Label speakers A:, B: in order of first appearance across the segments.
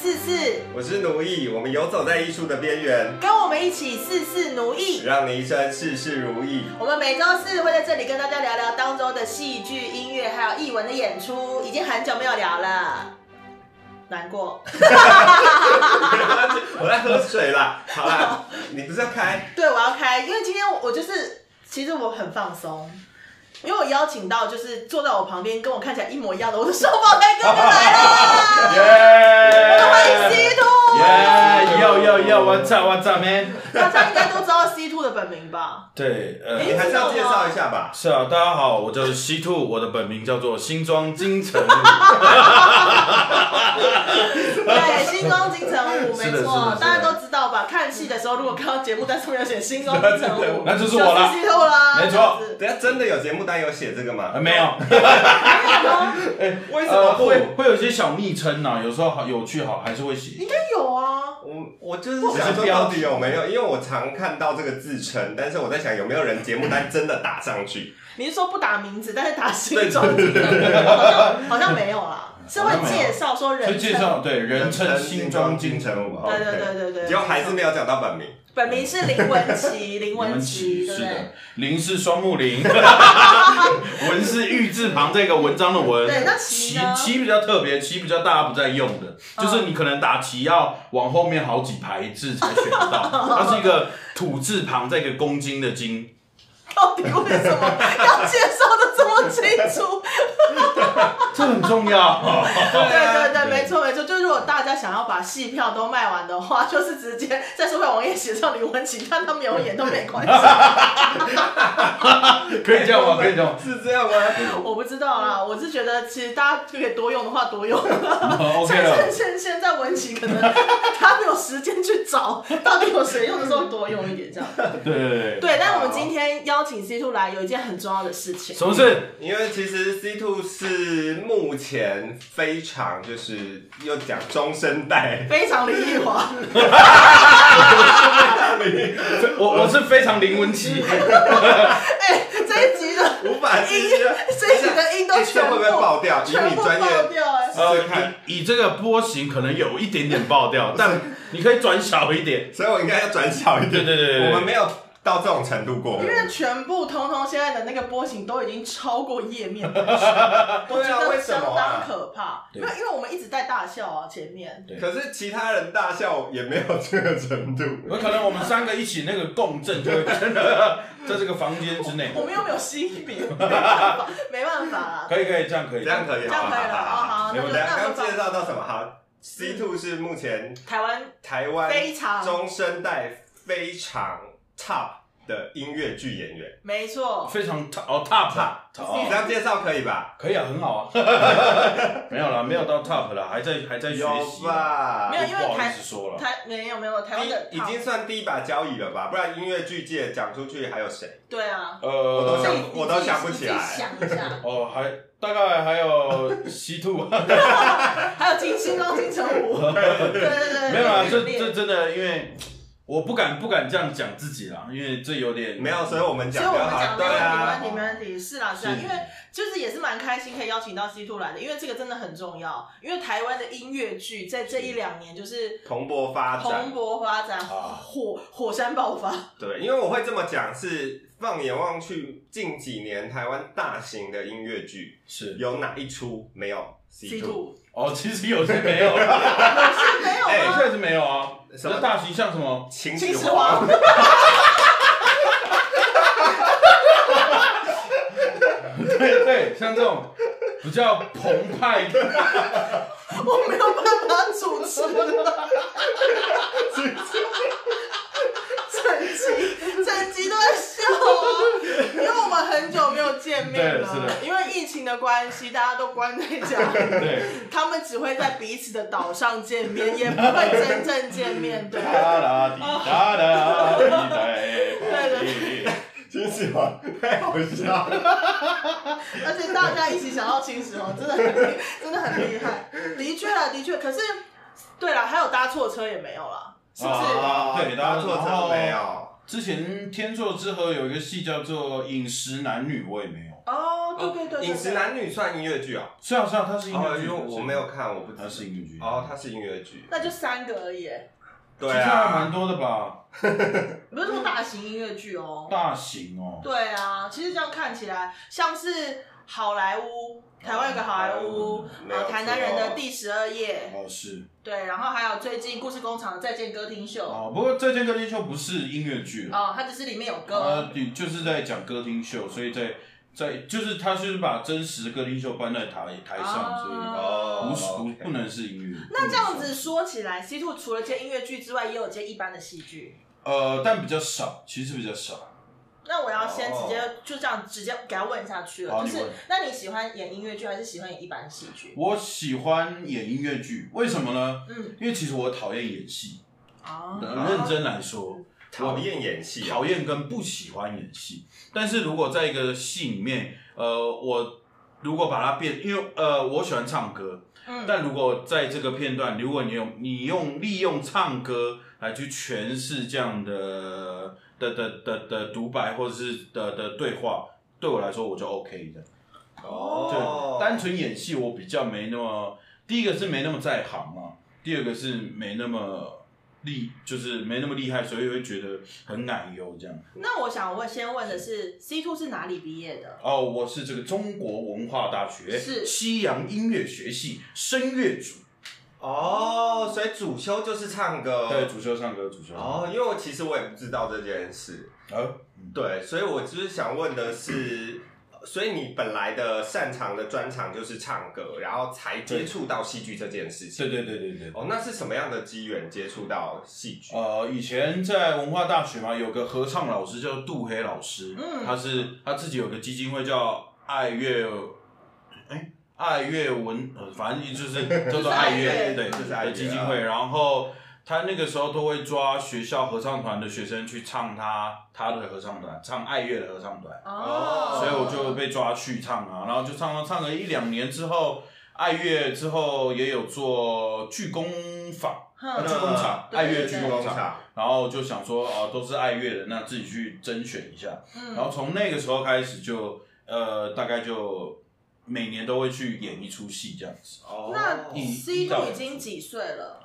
A: 试试，
B: 我是奴役，我们游走在艺术的边缘，
A: 跟我们一起试试奴役。
B: 让你一生事事如意。
A: 我们每周四会在这里跟大家聊聊当周的戏剧、音乐还有艺文的演出，已经很久没有聊了，难过。
B: 我在喝水啦，好 啦，你不是要开？
A: 对，我要开，因为今天我我就是，其实我很放松，因为我邀请到就是坐在我旁边跟我看起来一模一样的我的双胞胎哥哥来 了，欢迎 C Two，
C: 耶！要要要！What's up？What's up，man？
A: 大家应该都知道 C Two 的本名吧？
C: 对，呃，
B: 你还是要介绍一下吧。
C: 是啊，大家好，我叫西兔，我的本名叫做新庄金城武。
A: 对，新装金城武，没
C: 是的是
A: 错
C: 的，
A: 大家都知道吧？看戏的时候如果看到节 目单上面有写新装金城武，
C: 那就是我啦
A: ，C Two 啦，
C: 没错
A: 这样子。
B: 等一下真的有节目单有写这个吗
C: 呃？没有，
B: 为什么
C: 呃，
B: 不？
C: 会会有一些小昵称呐，有时候好有趣好，还是会写。
A: 应该有啊，
B: 我我就是想说到底有没有，因为我常看到这个自称，但是我在想有没有人节目单真的打上去。
A: 你是说不打名字，但是打新装金城武，好像好像没有啦，是会介绍说
C: 所以
A: 人
C: 介
A: 称
C: 绍对人称新庄金城武。
A: 对对对对对，
B: 结果哦还是没有讲到本名，
A: 本名是林文琪，林文琪，对
C: 是
A: 不对
C: 的？，林是双木 林，文是玉字旁这个文章的文。
A: 对那旗
C: 旗
A: 呢嗯
C: 旗比较特别，旗比较大家不再用的，就是你可能打旗要往后面好几排字才选得 到。它是一个土字旁再一个公斤的斤，
A: 到底为什么要介绍的这么清楚？
C: 这很重要。
A: 对对对，
C: 对
A: 没错没错，就如果大家想要把戏票都卖完的话，就是直接在售票网页写上林文琪，但他没有演都没关系。
C: 可以这样吗？可以 这样吗
B: 是这样吗？
A: 我不知道啦，我是觉得其实大家可以多用的话多用。
C: 哦？OK
A: 趁趁
C: 了。
A: 趁现在文琪可能他没有时间去找到底有谁用的时候多用一点这样。
C: 对对对。
A: 对，但我们今天邀请 C Two 来有一件很重要的事情。
C: 什么事？
B: 因为其实 C two 是目前非常就是又讲中生代，
A: 非常林奕华，
C: 我我是非常林 文琪，
A: 哎、这一集的
B: 无法继续了。
A: 这一集的音都
B: 哎这
A: 全
B: 会
A: 部
B: 不会爆掉？以
A: 全
B: 你
A: 部
B: 专
A: 爆
B: 业，
A: 掉哎、
C: 呃
B: 试试看，
C: 以以这个波形可能有一点点爆掉，但你可以转小一点。
B: 所以我应该要转小一点。
C: 对对对对对
B: 我们没有到这种程度过。
A: 因为全部通通现在的那个波形都已经超过页面本身，我
B: 对啊
A: 觉得
B: 为什
A: 相
B: 么
A: 当
B: 啊
A: 可怕。因
C: 对
A: 为因为我们一直在大笑啊，前面
C: 对
B: 可是其他人大笑也没有这个程度。
C: 有可能我们三个一起那个共振，就会 在这个房间之内。
A: 我们又没有吸笔，没办法，没办法啦。
C: 可以可以，这样可以。
B: 这样可以，
A: 这样可以了
B: 好好
A: 好好
B: 好
A: 那
B: 你
A: 就
B: 们俩
A: 那我
B: 刚
A: 们
B: 介绍到什么？好，C two 是目前
A: 台湾
B: 台湾
A: 非常
B: 中生代非常 top 的音乐剧演员。
A: 没错，
C: 非常 top 哦 top
B: top 这
C: 哦
B: 样介绍可以吧？
C: 可以啊，很好 啊。没有啦，没有到 top 啦，还在还在学
B: 有
C: 习啊。
B: 吧
A: 没？有因为
C: 不好
A: 台
C: 意思说了。
A: 台没有没有台湾的
B: 第已经算第一把交椅了吧？不然音乐剧界讲出去还有谁？
A: 对啊，
B: 我都
C: 呃，
B: 想我都想不起来
A: 你自己想一下，
C: 哦，还大概还有西 兔，
A: 还有金星跟金城武，对对对，
C: 没有啊，这
A: 对对
C: 这真的，因为我不敢不敢这样讲自己啦，因为这有点
B: 没有，所以我们
A: 嗯所以
B: 讲
A: 我
B: 就
A: 们
B: 好。
A: 讲没
B: 对
A: 问题，没
B: 啊
A: 问，题，没问题，是啦，是啦，
C: 是
A: 因为就是也是蛮开心可以邀请到 C Two 来的，因为这个真的很重要，因为台湾的音乐剧在这一两年就是
B: 蓬勃发
A: 蓬
B: 展。
A: 勃发展，
C: 啊
A: 火火山爆发，
B: 对，因为我会这么讲是放眼望去，近几年台湾大型的音乐剧
C: 是
B: 有哪一出没有
A: C
B: C two？
A: Two
C: 哦，其实有些没有，
A: 是没有
B: 哎
C: 的
A: 吗？
C: 确是没有啊。
B: 什
C: 比较
B: 么
C: 大型像什么？
B: 秦
A: 秦
B: 始
A: 始皇，
C: 对对，像这种比较澎湃，
A: 我没有办法主持了。 整集整集都在笑啊，因为我们很久没有见面了，
C: 对是的
A: 因为疫情的关系，大家都关在家里。
C: 对，
A: 他们只会在彼此的岛上见 面，也不会真正见面，对
C: 哒。啦滴哒啦滴哒，
A: 对
C: 对
B: 秦始皇太好笑了。
A: 而且大家一起想到秦始皇，真的很厉真的很厉害，的确啊，的确。可是，对了，还有搭错车也没有啦，是不是？
B: 哦
C: 啊对
B: 大家做
C: 然
B: 成
C: 后
B: 没有？
C: 之前《天作之合》有一个戏叫做《饮食男女》，我也没有。
A: 哦，对对对对
B: 饮食男女算音乐剧啊？
C: 是啊是啊，它是音
B: 哦，
C: 乐剧，
B: 因为我没有看，我不知
C: 它是音乐剧，
B: 哦，它是音乐剧。
A: 那就三个而已，
B: 对
C: 其实还蛮
B: 啊，
C: 多的吧，
A: 不是说大型音乐剧哦。
C: 大型哦，
A: 对啊，其实这样看起来，像是好莱坞，台湾有个好莱坞，
B: 嗯没有
A: 呃，
B: 错
A: 台南人的第十二夜，
C: 哦是
A: 对，然后还有最近故事工厂的再见歌厅秀，
C: 哦，不过这件歌厅秀不是音乐剧了，
A: 哦，它只是里面有歌，
C: 它你就是在讲歌厅秀，所以在在就是它就是把真实的歌厅秀搬在台台上，所以
B: 哦
C: 不是不
B: OK
C: 不能是音乐。
A: 那这样
C: 不能
A: 子说起来，C two 除了接音乐剧之外，也有接一般的戏剧。
C: 呃，但比较少，其实比较少。
A: 那我要先直接、
B: 哦
A: 就这样直接给他问下去了，
C: 好
A: 就
C: 你
A: 是
C: 问
A: 那你喜欢演音乐剧还是喜欢演一般戏剧？
C: 我喜欢演音乐剧，为什么呢？
A: 嗯，
C: 因为其实我讨厌演戏，
A: 哦，
B: 啊
C: 呃认真来说，
B: 讨厌演戏啊，
C: 讨厌跟不喜欢演戏。但是如果在一个戏里面，呃，我如果把它变，因为呃，我喜欢唱歌，
A: 嗯
C: 但如果在这个片段，如果你用你用利用唱歌来去诠释这样的的的的的独白或者是的的对话，对我来说我就 OK 的。
B: 哦
C: 对，，单纯演戏我比较没那么，第一个是没那么在行嘛，第二个是没那么厉，就是没那么厉害，所以会觉得很奶油这样。
A: 那我想问，先问的是 C two 是哪里毕业的？
C: 哦，我是这个中国文化大学
A: 是
C: 西洋音乐学系声乐组，
B: 哦，所以主修就是唱歌。
C: 对，主修唱歌，主修唱歌。
B: 哦，因为我其实我也不知道这件事，
C: 呃，嗯
B: 对，所以我就是想问的是，所以你本来的擅长的专长就是唱歌，然后才接触到戏剧这件事情。
C: 对对对对对。
B: 哦，那是什么样的机缘接触到戏剧？
C: 呃，以前在文化大学嘛，有个合唱老师叫杜黑老师，
A: 嗯
C: 他是他自己有个基金会叫爱乐，哎、爱乐文，呃，反正就是叫做爱乐，对，
B: 就是爱乐
C: 的基金会。然后他那个时候都会抓学校合唱团的学生去唱他他的合唱团，唱爱乐的合唱团。
A: 哦，
C: 所以我就被抓去唱啊，然后就唱唱唱了一两年之后，爱乐之后也有做剧工坊、
A: 哼
B: 呃
C: 啊剧工厂、
A: 对
C: 爱乐
A: 对
C: 剧
A: 对
C: 工厂，
B: 厂
C: 然后就想说哦、都是爱乐的，那自己去甄选一下。
A: 嗯
C: 然后从那个时候开始就呃，大概就每年都会去演一出戏这样子。
B: 哦
A: 那
C: 你
A: C
C: 到
A: two 已经几岁 了？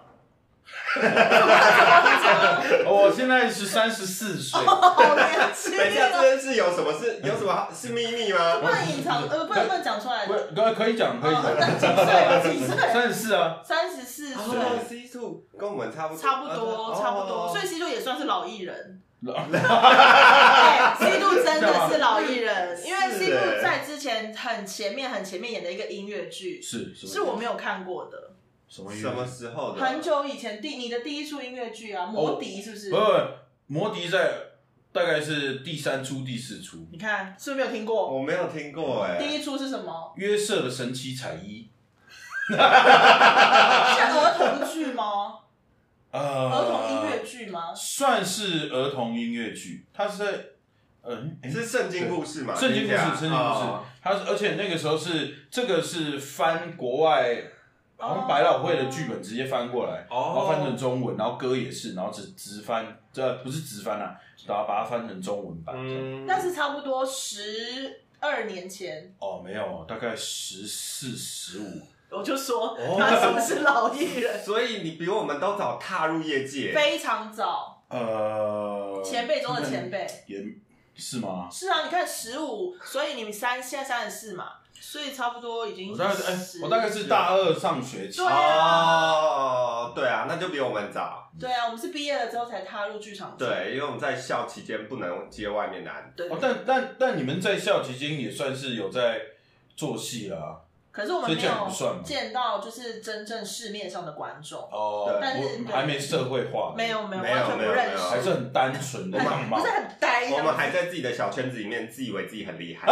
C: 我现在是三十四岁，
A: 好年轻
B: 等一下，这
A: 啊！
B: 件事有什么事？有什么好是秘密 吗
A: 不？能隐藏，呃，不能不能讲出来。
C: 不
A: 哦，
C: 可可以讲可以讲，
A: 那几岁啊？几岁？
C: 三十四啊，
A: 三十四
B: 哦
A: 岁，
B: ，C two 跟我们差不多，
A: 差不多，
B: 哦
A: 差不多。所以 C two 也算是老艺人。
C: 老
A: 对，C 度真的是老艺人，因为 C
B: 是欸
A: 度在之前很前面很前面演的一个音乐剧，
C: 是
A: 是我没有看过的，
C: 什么意思
B: 什么时候的？哦
A: 很久以前第你的第一出音乐剧啊，《魔笛》是不是
C: 不？不，摩迪在大概是第三出、第四出，
A: 你看是不是没有听过？
B: 我没有听过哎、
A: 第一出是什么？
C: 约瑟的神奇彩衣，
A: 是儿童剧 吗？
C: 呃，
A: 儿童音乐剧吗？
C: 算是儿童音乐剧，它是在，嗯、
B: 你是圣经故事嘛？
C: 圣经故
B: 听
C: 事，
B: 起来
C: 圣经故事
B: 哦，
C: 它是而且那个时候是这个是翻国外。好像百老汇的剧本直接翻过来，
B: 哦
C: 然后翻成中文，然后歌也是，然后只直翻，这不是直翻啊，然后把它翻成中文版。这样
B: 嗯，
A: 但是差不多十二年前，
C: 哦，没有，大概十四、十五，
A: 我就说
B: 哦
A: 他是不是老艺人？
B: 所以你比我们都早踏入业界。
A: 非常早，
C: 呃，
A: 前辈中的前辈。
C: 也是吗？
A: 是啊，你看十五，所以你们三现在三十四嘛，所以差不多已经
C: 我大概是哎、
A: 10
C: 我大概是大二上学期
A: 对，
B: 哦，对啊，那就比我们早。
A: 对啊，我们是毕业了之后才踏入剧场界，
B: 对，因为我们在校期间不能接外面的案。
A: 对
C: 哦，但但但你们在校期间也算是有在做戏啦。
A: 可是我们
C: 所以
A: 没
C: 这样也
A: 有
C: 不算嘛
A: 见到就是真正市面上的观众，
C: 哦，
A: 但是
C: 我还没社会化，
A: 没，有没有
B: 没有
A: 完全不
B: 没有
A: 认
B: 没有
A: 识，
C: 还是很单纯的样
A: 不
C: 貌
A: 是。 很呆，
B: 我们还在自己的小圈子里面自以为自己很厉害，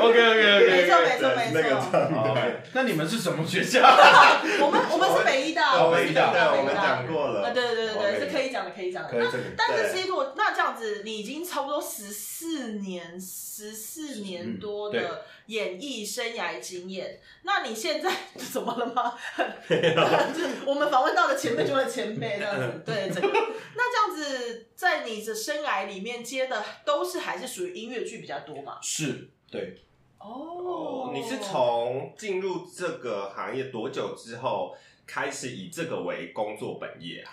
C: OK OK
A: 没
C: OK，
A: 错没错
B: 对
A: 没
B: 那个
A: 错，
B: 唱的。
C: 那你们是什么学校？
A: 我们我们是北医的，
C: 哦
B: 我
A: 们是
B: 们
C: 北
A: 北
C: 医的
A: 大
B: 对，我
A: 北
B: 们
A: 大
B: 讲过
A: 啊，
B: 了。
A: 对对对对，
B: OK
A: 是可以讲的，可以讲的。
C: 可以
A: 那
C: 这个
A: 但是
B: 对
A: 其实我那这样子，你已经差不多十四年、十四年多
C: 嗯
A: 的演艺生涯经验，那你现在怎么了吗？我们访问到的前辈中的前辈，这样子，对，整个那这样子，在你的生涯里面接的都是还是属于音乐剧比较多嘛？
C: 是，对，
A: 哦
B: 哦，，你是从进入这个行业多久之后开始以这个为工作本业啊？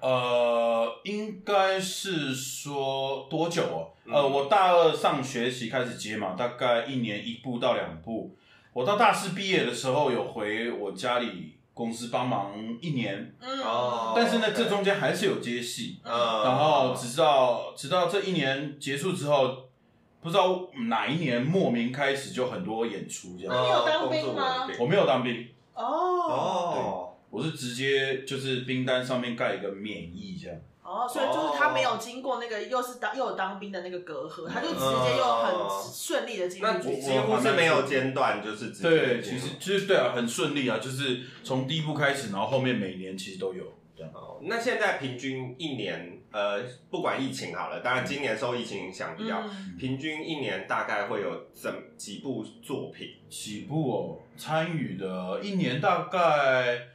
C: 呃，应该是说多久哦？呃，
B: 嗯
C: 我大二上学期开始接嘛，大概一年一部到两部。我到大四毕业的时候，有回我家里公司帮忙一年，
A: 嗯
B: 哦
C: 但是呢，
B: 对
C: 这中间还是有接戏。
B: 嗯，
C: 然后直到直到这一年结束之后，不知道哪一年莫名开始就很多演出这
B: 嗯
C: 样。
A: 你有当兵吗
B: 呃工作稳定
C: 我没有当兵，
A: 哦
B: 哦，
C: 我是直接就是兵单上面盖一个免疫这样。
A: 哦，所以就是他没有经过那个又是当又有当兵的那个隔阂，他就直接又很顺利的进
B: 哦那
A: 入
B: 几
A: 剧
C: 我
A: 情。
B: 乎是没有间断，就是直接进
C: 对，其
B: 入
C: 实就是对啊，很顺利啊，就是从第一步开始，然后后面每年其实都有这样。
B: 哦，那现在平均一年，呃，不管疫情好了，当然今年受疫情影响比较，
A: 嗯
B: 平均一年大概会有怎几部作品？
C: 起步哦，参与的一年大概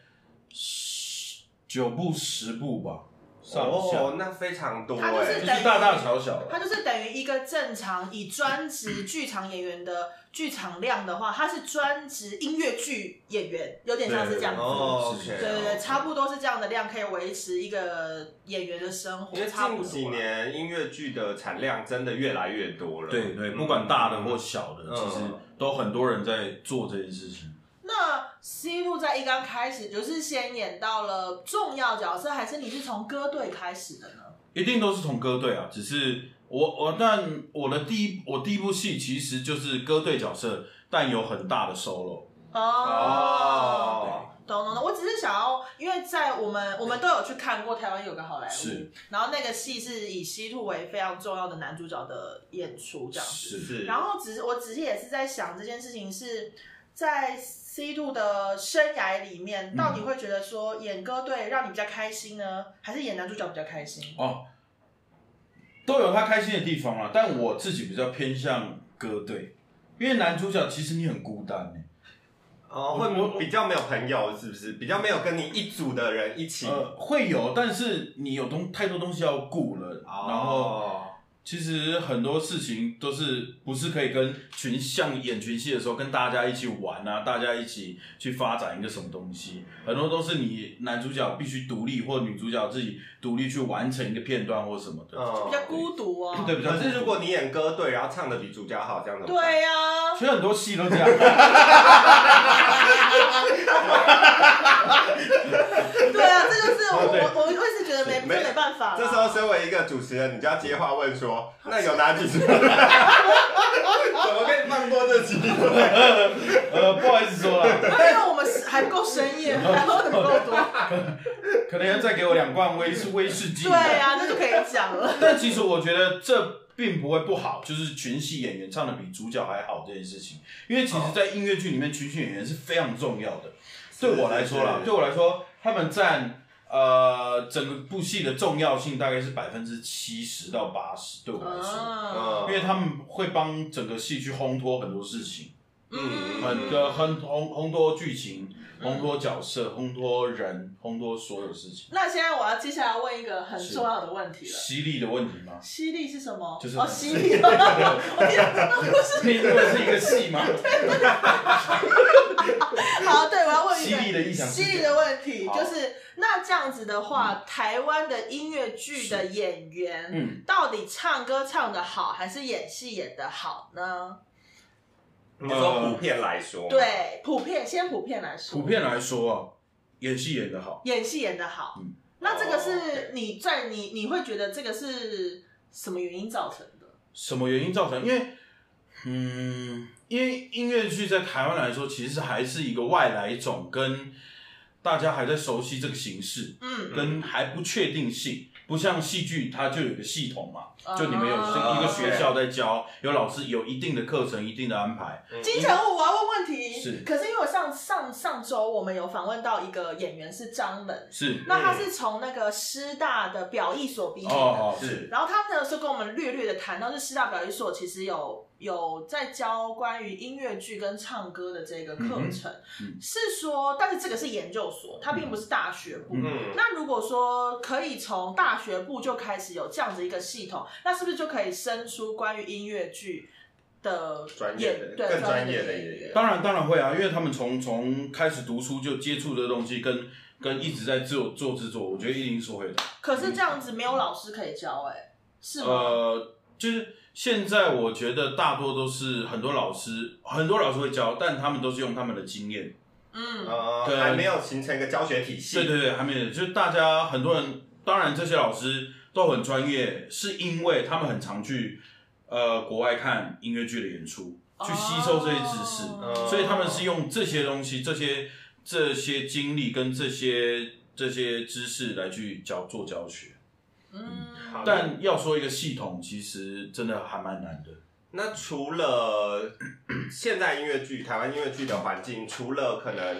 C: 十九步十步吧，上下，
B: 哦，那非常多
A: 它就是
B: 哎、
C: 就是
A: 等于
C: 大大小小的。
A: 他就是等于一个正常以专职剧场演员的剧场量的话，他是专职音乐剧演员，有点像是这样子。
B: 哦
C: 是是
B: ，OK
A: 对对对，差不多是这样的量，可以维持一个演员的生
B: 因
A: 活，
B: 为
A: 差不
B: 近
A: 多。啊
B: 几年音乐剧的产量真的越来越多了。
C: 对对，
B: 嗯
C: 不管大的或小的，
B: 嗯
C: 其实都很多人在做这件事情。
A: 那 C 路在一刚开始就是先演到了重要角色，还是你是从歌队开始的呢？
C: 一定都是从歌队啊，只是我我但我的第一我第一部戏其实就是歌队角色，但有很大的 solo。
A: 哦，
B: 哦，
A: 懂懂懂，我只是想要，因为在我们我们都有去看过台湾有个好莱坞
C: 是，
A: 然后那个戏是以西兔为非常重要的男主角的演出这样子。
C: 是
B: 是，
A: 然后只是我只是也是在想这件事情是在 C two 的生涯里面，
C: 嗯
A: 到底会觉得说演歌队让你比较开心呢，还是演男主角比较开心？
C: 哦，都有他开心的地方啊，但我自己比较偏向歌队，因为男主角其实你很孤单欸
B: 哦，
C: 我
B: 会比较没有朋友，是不是？比较没有跟你一组的人一起。
C: 呃，会有，但是你有东太多东西要顾了，然后
B: 哦，
C: 其实很多事情都是不是可以跟群像演群戏的时候跟大家一起玩啊，大家一起去发展一个什么东西，很多都是你男主角必须独立或女主角自己独立去完成一个片段或什么的，
B: 嗯
A: 比较孤独哦。
C: 对，比较
B: 可
C: 孤独。
B: 是如果你演歌队，然后唱的比主角好，这样怎么办？
A: 对啊呀、
C: 其实很多戏都这样，啊
A: 对啊，这就是我
C: 对
A: 我我我一直觉得没
B: 没
A: 这没办法啦。
B: 这时候，身为一个主持人，你就要接话问说：“那有哪几组？ 怎么可以放过这几组？
C: 呃，不好意思说了。
A: 因为我们是还不够深夜，还喝的不够多。
C: 可能要再给我两罐威士威士忌。
A: 对啊呀、那就可以讲了。
C: 但其实我觉得这并不会不好，就是群戏演员唱的比主角还好这件事情，因为其实，在音乐剧里面，群戏演员是非常重要的。对我来说啦
B: 是，是
C: 对我来说，他们占呃整部戏的重要性大概是百分之七十到八十，对我来
B: 啊
C: 说，
A: 嗯
C: 因为他们会帮整个戏去烘托很多事情，
B: 嗯
C: 很多很烘烘托剧情，烘托角色，烘托人，烘托所有事情。
A: 那现在我要接下来问一个很重要的问题了。
C: 犀利的问题吗？
A: 犀利是什么？
C: 就是
A: 哦，犀利。 我天啊 那不是
C: 你以为是一个 戏吗？
A: 好，对，我要问一个
C: 犀利的异想世界
A: 犀利的问题，
C: 好
A: 就是那这样子的话，台湾的音乐剧的演员
C: 嗯，
A: 到底唱歌唱的好，还是演戏演的好呢？
B: 你说普遍来说，，
A: 对，普遍先普遍来说，
C: 普遍来说啊，演戏演得好，
A: 演戏演的好
C: 嗯。
A: 那这个
B: 哦
A: 是
B: ，OK
A: 你在你你会觉得这个是什么原因造成的？
C: 什么原因造成？因为，嗯，因为音乐剧在台湾来说，其实还是一个外来种，跟大家还在熟悉这个形式，
A: 嗯
C: 跟还不确定性。不像戏剧，它就有个系统嘛，嗯就你们有
A: 啊
C: 一个学校在教，有老师有一定的课程、一定的安排。
B: 嗯
A: 金城武，我要问问题。
C: 是
A: 可是因为我上上上周我们有访问到一个演员是张冷，
C: 是
A: 那他是从那个师大的表艺所毕业
C: 哦
A: 的。
C: 哦
B: 是
C: 是
A: 然后他呢是跟我们略略的谈到，就是师大表演所其实有有在教关于音乐剧跟唱歌的这个课程，
C: 嗯嗯
A: 是说，但是这个是研究所，它并不是大学部。
C: 嗯
B: 嗯，
A: 那如果说可以从大学部就开始有这样子一个系统，那是不是就可以生出关于音乐剧的
B: 专业
A: 演
B: 的
A: 对
B: 更专业
A: 业
B: 的
A: 演
B: 演员
C: 当然当然会啊，因为他们从从开始读书就接触的东西跟跟一直在做做制作，我觉得一定是会的。
A: 可是这样子没有老师可以教、哎，是吗？
C: 呃，就是现在我觉得大多都是很多老师，很多老师会教，但他们都是用他们的经验。
A: 嗯，
B: 呃，
C: 对
B: 还没有形成一个教学体系。
C: 对对对，还没有，就是大家很多人，当然这些老师都很专业，是因为他们很常去呃国外看音乐剧的演出，
B: 呃
C: 去吸收这些知识，
A: 哦
C: 呃
B: 嗯
C: 所以他们是用这些东西、这些这些经历跟这些这些知识来去教做教学。
A: 嗯，
B: 好的
C: 但要说一个系统，其实真的还蛮难的。
B: 那除了 现在音乐剧、台湾音乐剧的环境，除了可能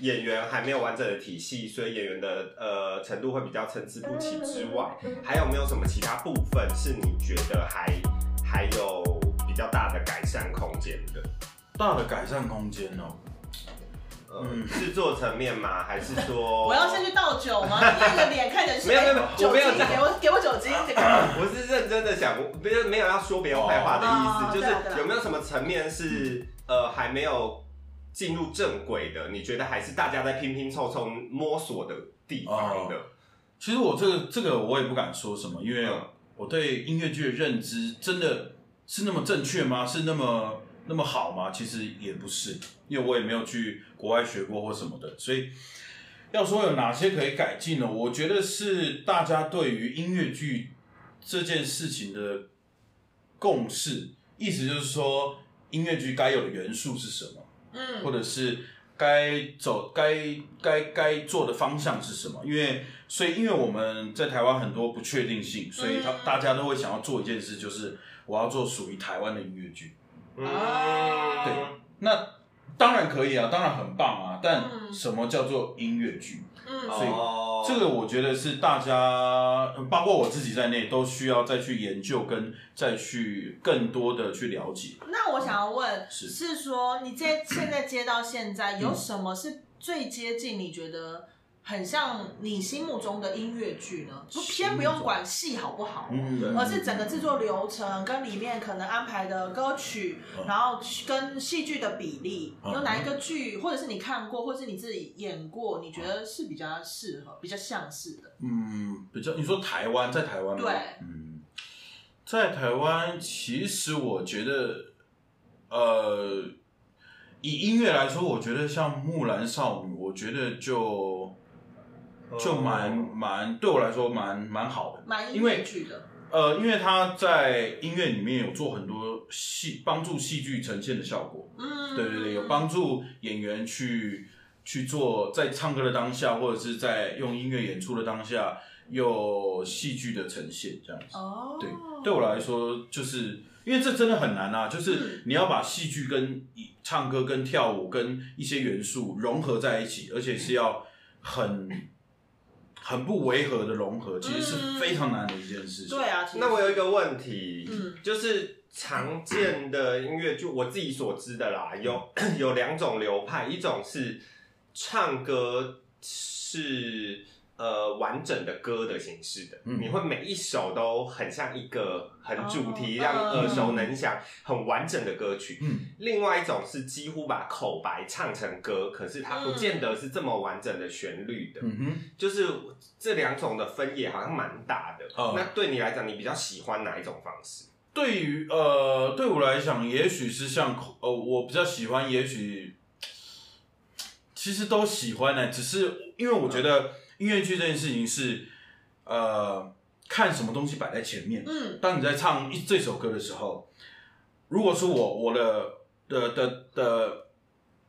B: 演员还没有完整的体系，所以演员的呃程度会比较参差不齐之外，
A: 嗯
B: 还有没有什么其他部分是你觉得还还有比较大的改善空间的？
C: 大的改善空间哦、
B: 呃
C: 嗯，
B: 制作层面吗？还是说
A: 我要先去倒酒吗？因为你的脸看起来就是
B: 没有没有没有
A: 酒
B: 我没有
A: 精，
B: 这样
A: 给我给我酒精，给我
B: 我是认真的想，没有没有要说别人坏话的
A: 哦
B: 意思，就
A: 对啊对啊嗯
B: 是有没有什么层面是呃还没有进入正轨的？你觉得还是大家在拼拼凑凑摸索的地方的？
C: 其实我这个这个我也不敢说什么，因为
B: 嗯
C: 我对音乐剧的认知真的是那么正确吗？是那么那么好吗？其实也不是，因为我也没有去国外学过或什么的，所以要说有哪些可以改进呢？我觉得是大家对于音乐剧这件事情的共识，意思就是说音乐剧该有的元素是什么。
A: 嗯
C: 或者是该走该该该做的方向是什么？因为所以因为我们在台湾很多不确定性，所以他
A: 嗯
C: 大家都会想要做一件事，就是我要做属于台湾的音乐剧。
B: 嗯，
A: 啊
B: 对，
C: 那当然可以啊，当然很棒啊，但
A: 嗯
C: 什么叫做音乐剧？
A: 嗯
C: 所以
B: 哦
C: 这个我觉得是大家，包括我自己在内，都需要再去研究跟再去更多的去了解。
A: 那我想要问，
C: 嗯是嗯
A: 是说你接现在接到现在，有什么是最接近你觉得很像你心目中的音乐剧呢？就先不用管戏好不好，
C: 嗯
A: 而是整个制作流程跟里面可能安排的歌曲，
C: 嗯
A: 然后跟戏剧的比例，
C: 嗯
A: 有哪一个剧，或者是你看过，或者是你自己演过，你觉得是比较适合、比较像是的？
C: 嗯，比较你说台湾在台湾吗？
A: 对
C: 嗯，在台湾，其实我觉得，呃，以音乐来说，我觉得像《木兰少女》，我觉得就就蛮蛮对我来说蛮蛮好的，
A: 蛮音
C: 因为
A: 乐剧的，
C: 呃，因为他在音乐里面有做很多戏帮助戏剧呈现的效果，
A: 嗯，
C: 对对对，有帮助演员去去做在唱歌的当下，或者是在用音乐演出的当下，有戏剧的呈现这样子。
A: 哦，
C: 对，对我来说，就是因为这真的很难啊，就是
A: 嗯
C: 你要把戏剧跟以唱歌、跟跳舞、跟一些元素融合在一起，而且是要很很不违和的融合，其实是非常难的一件事
A: 嗯
C: 情。
A: 对啊，其实
B: 那我有一个问题，
A: 嗯
B: 就是常见的音乐剧，我自己所知的啦，有 有两种流派，一种是唱歌是呃完整的歌的形式的，
C: 嗯
B: 你会每一首都很像一个很主题，
A: 哦
B: 让你耳熟
C: 嗯
B: 能详、很完整的歌曲。
C: 嗯，
B: 另外一种是几乎把口白唱成歌，可是它
A: 嗯
B: 不见得是这么完整的旋律的。
C: 嗯哼。
B: 就是这两种的分野好像蛮大的。
C: 哦
B: 那对你来讲，你比较喜欢哪一种方式？
C: 对于呃，对我来讲，也许是像口呃，我比较喜欢，也许其实都喜欢呢、只是因为我觉得音乐剧这件事情是呃，看什么东西摆在前面。
A: 嗯
C: 当你在唱一这首歌的时候，如果是我我的的的的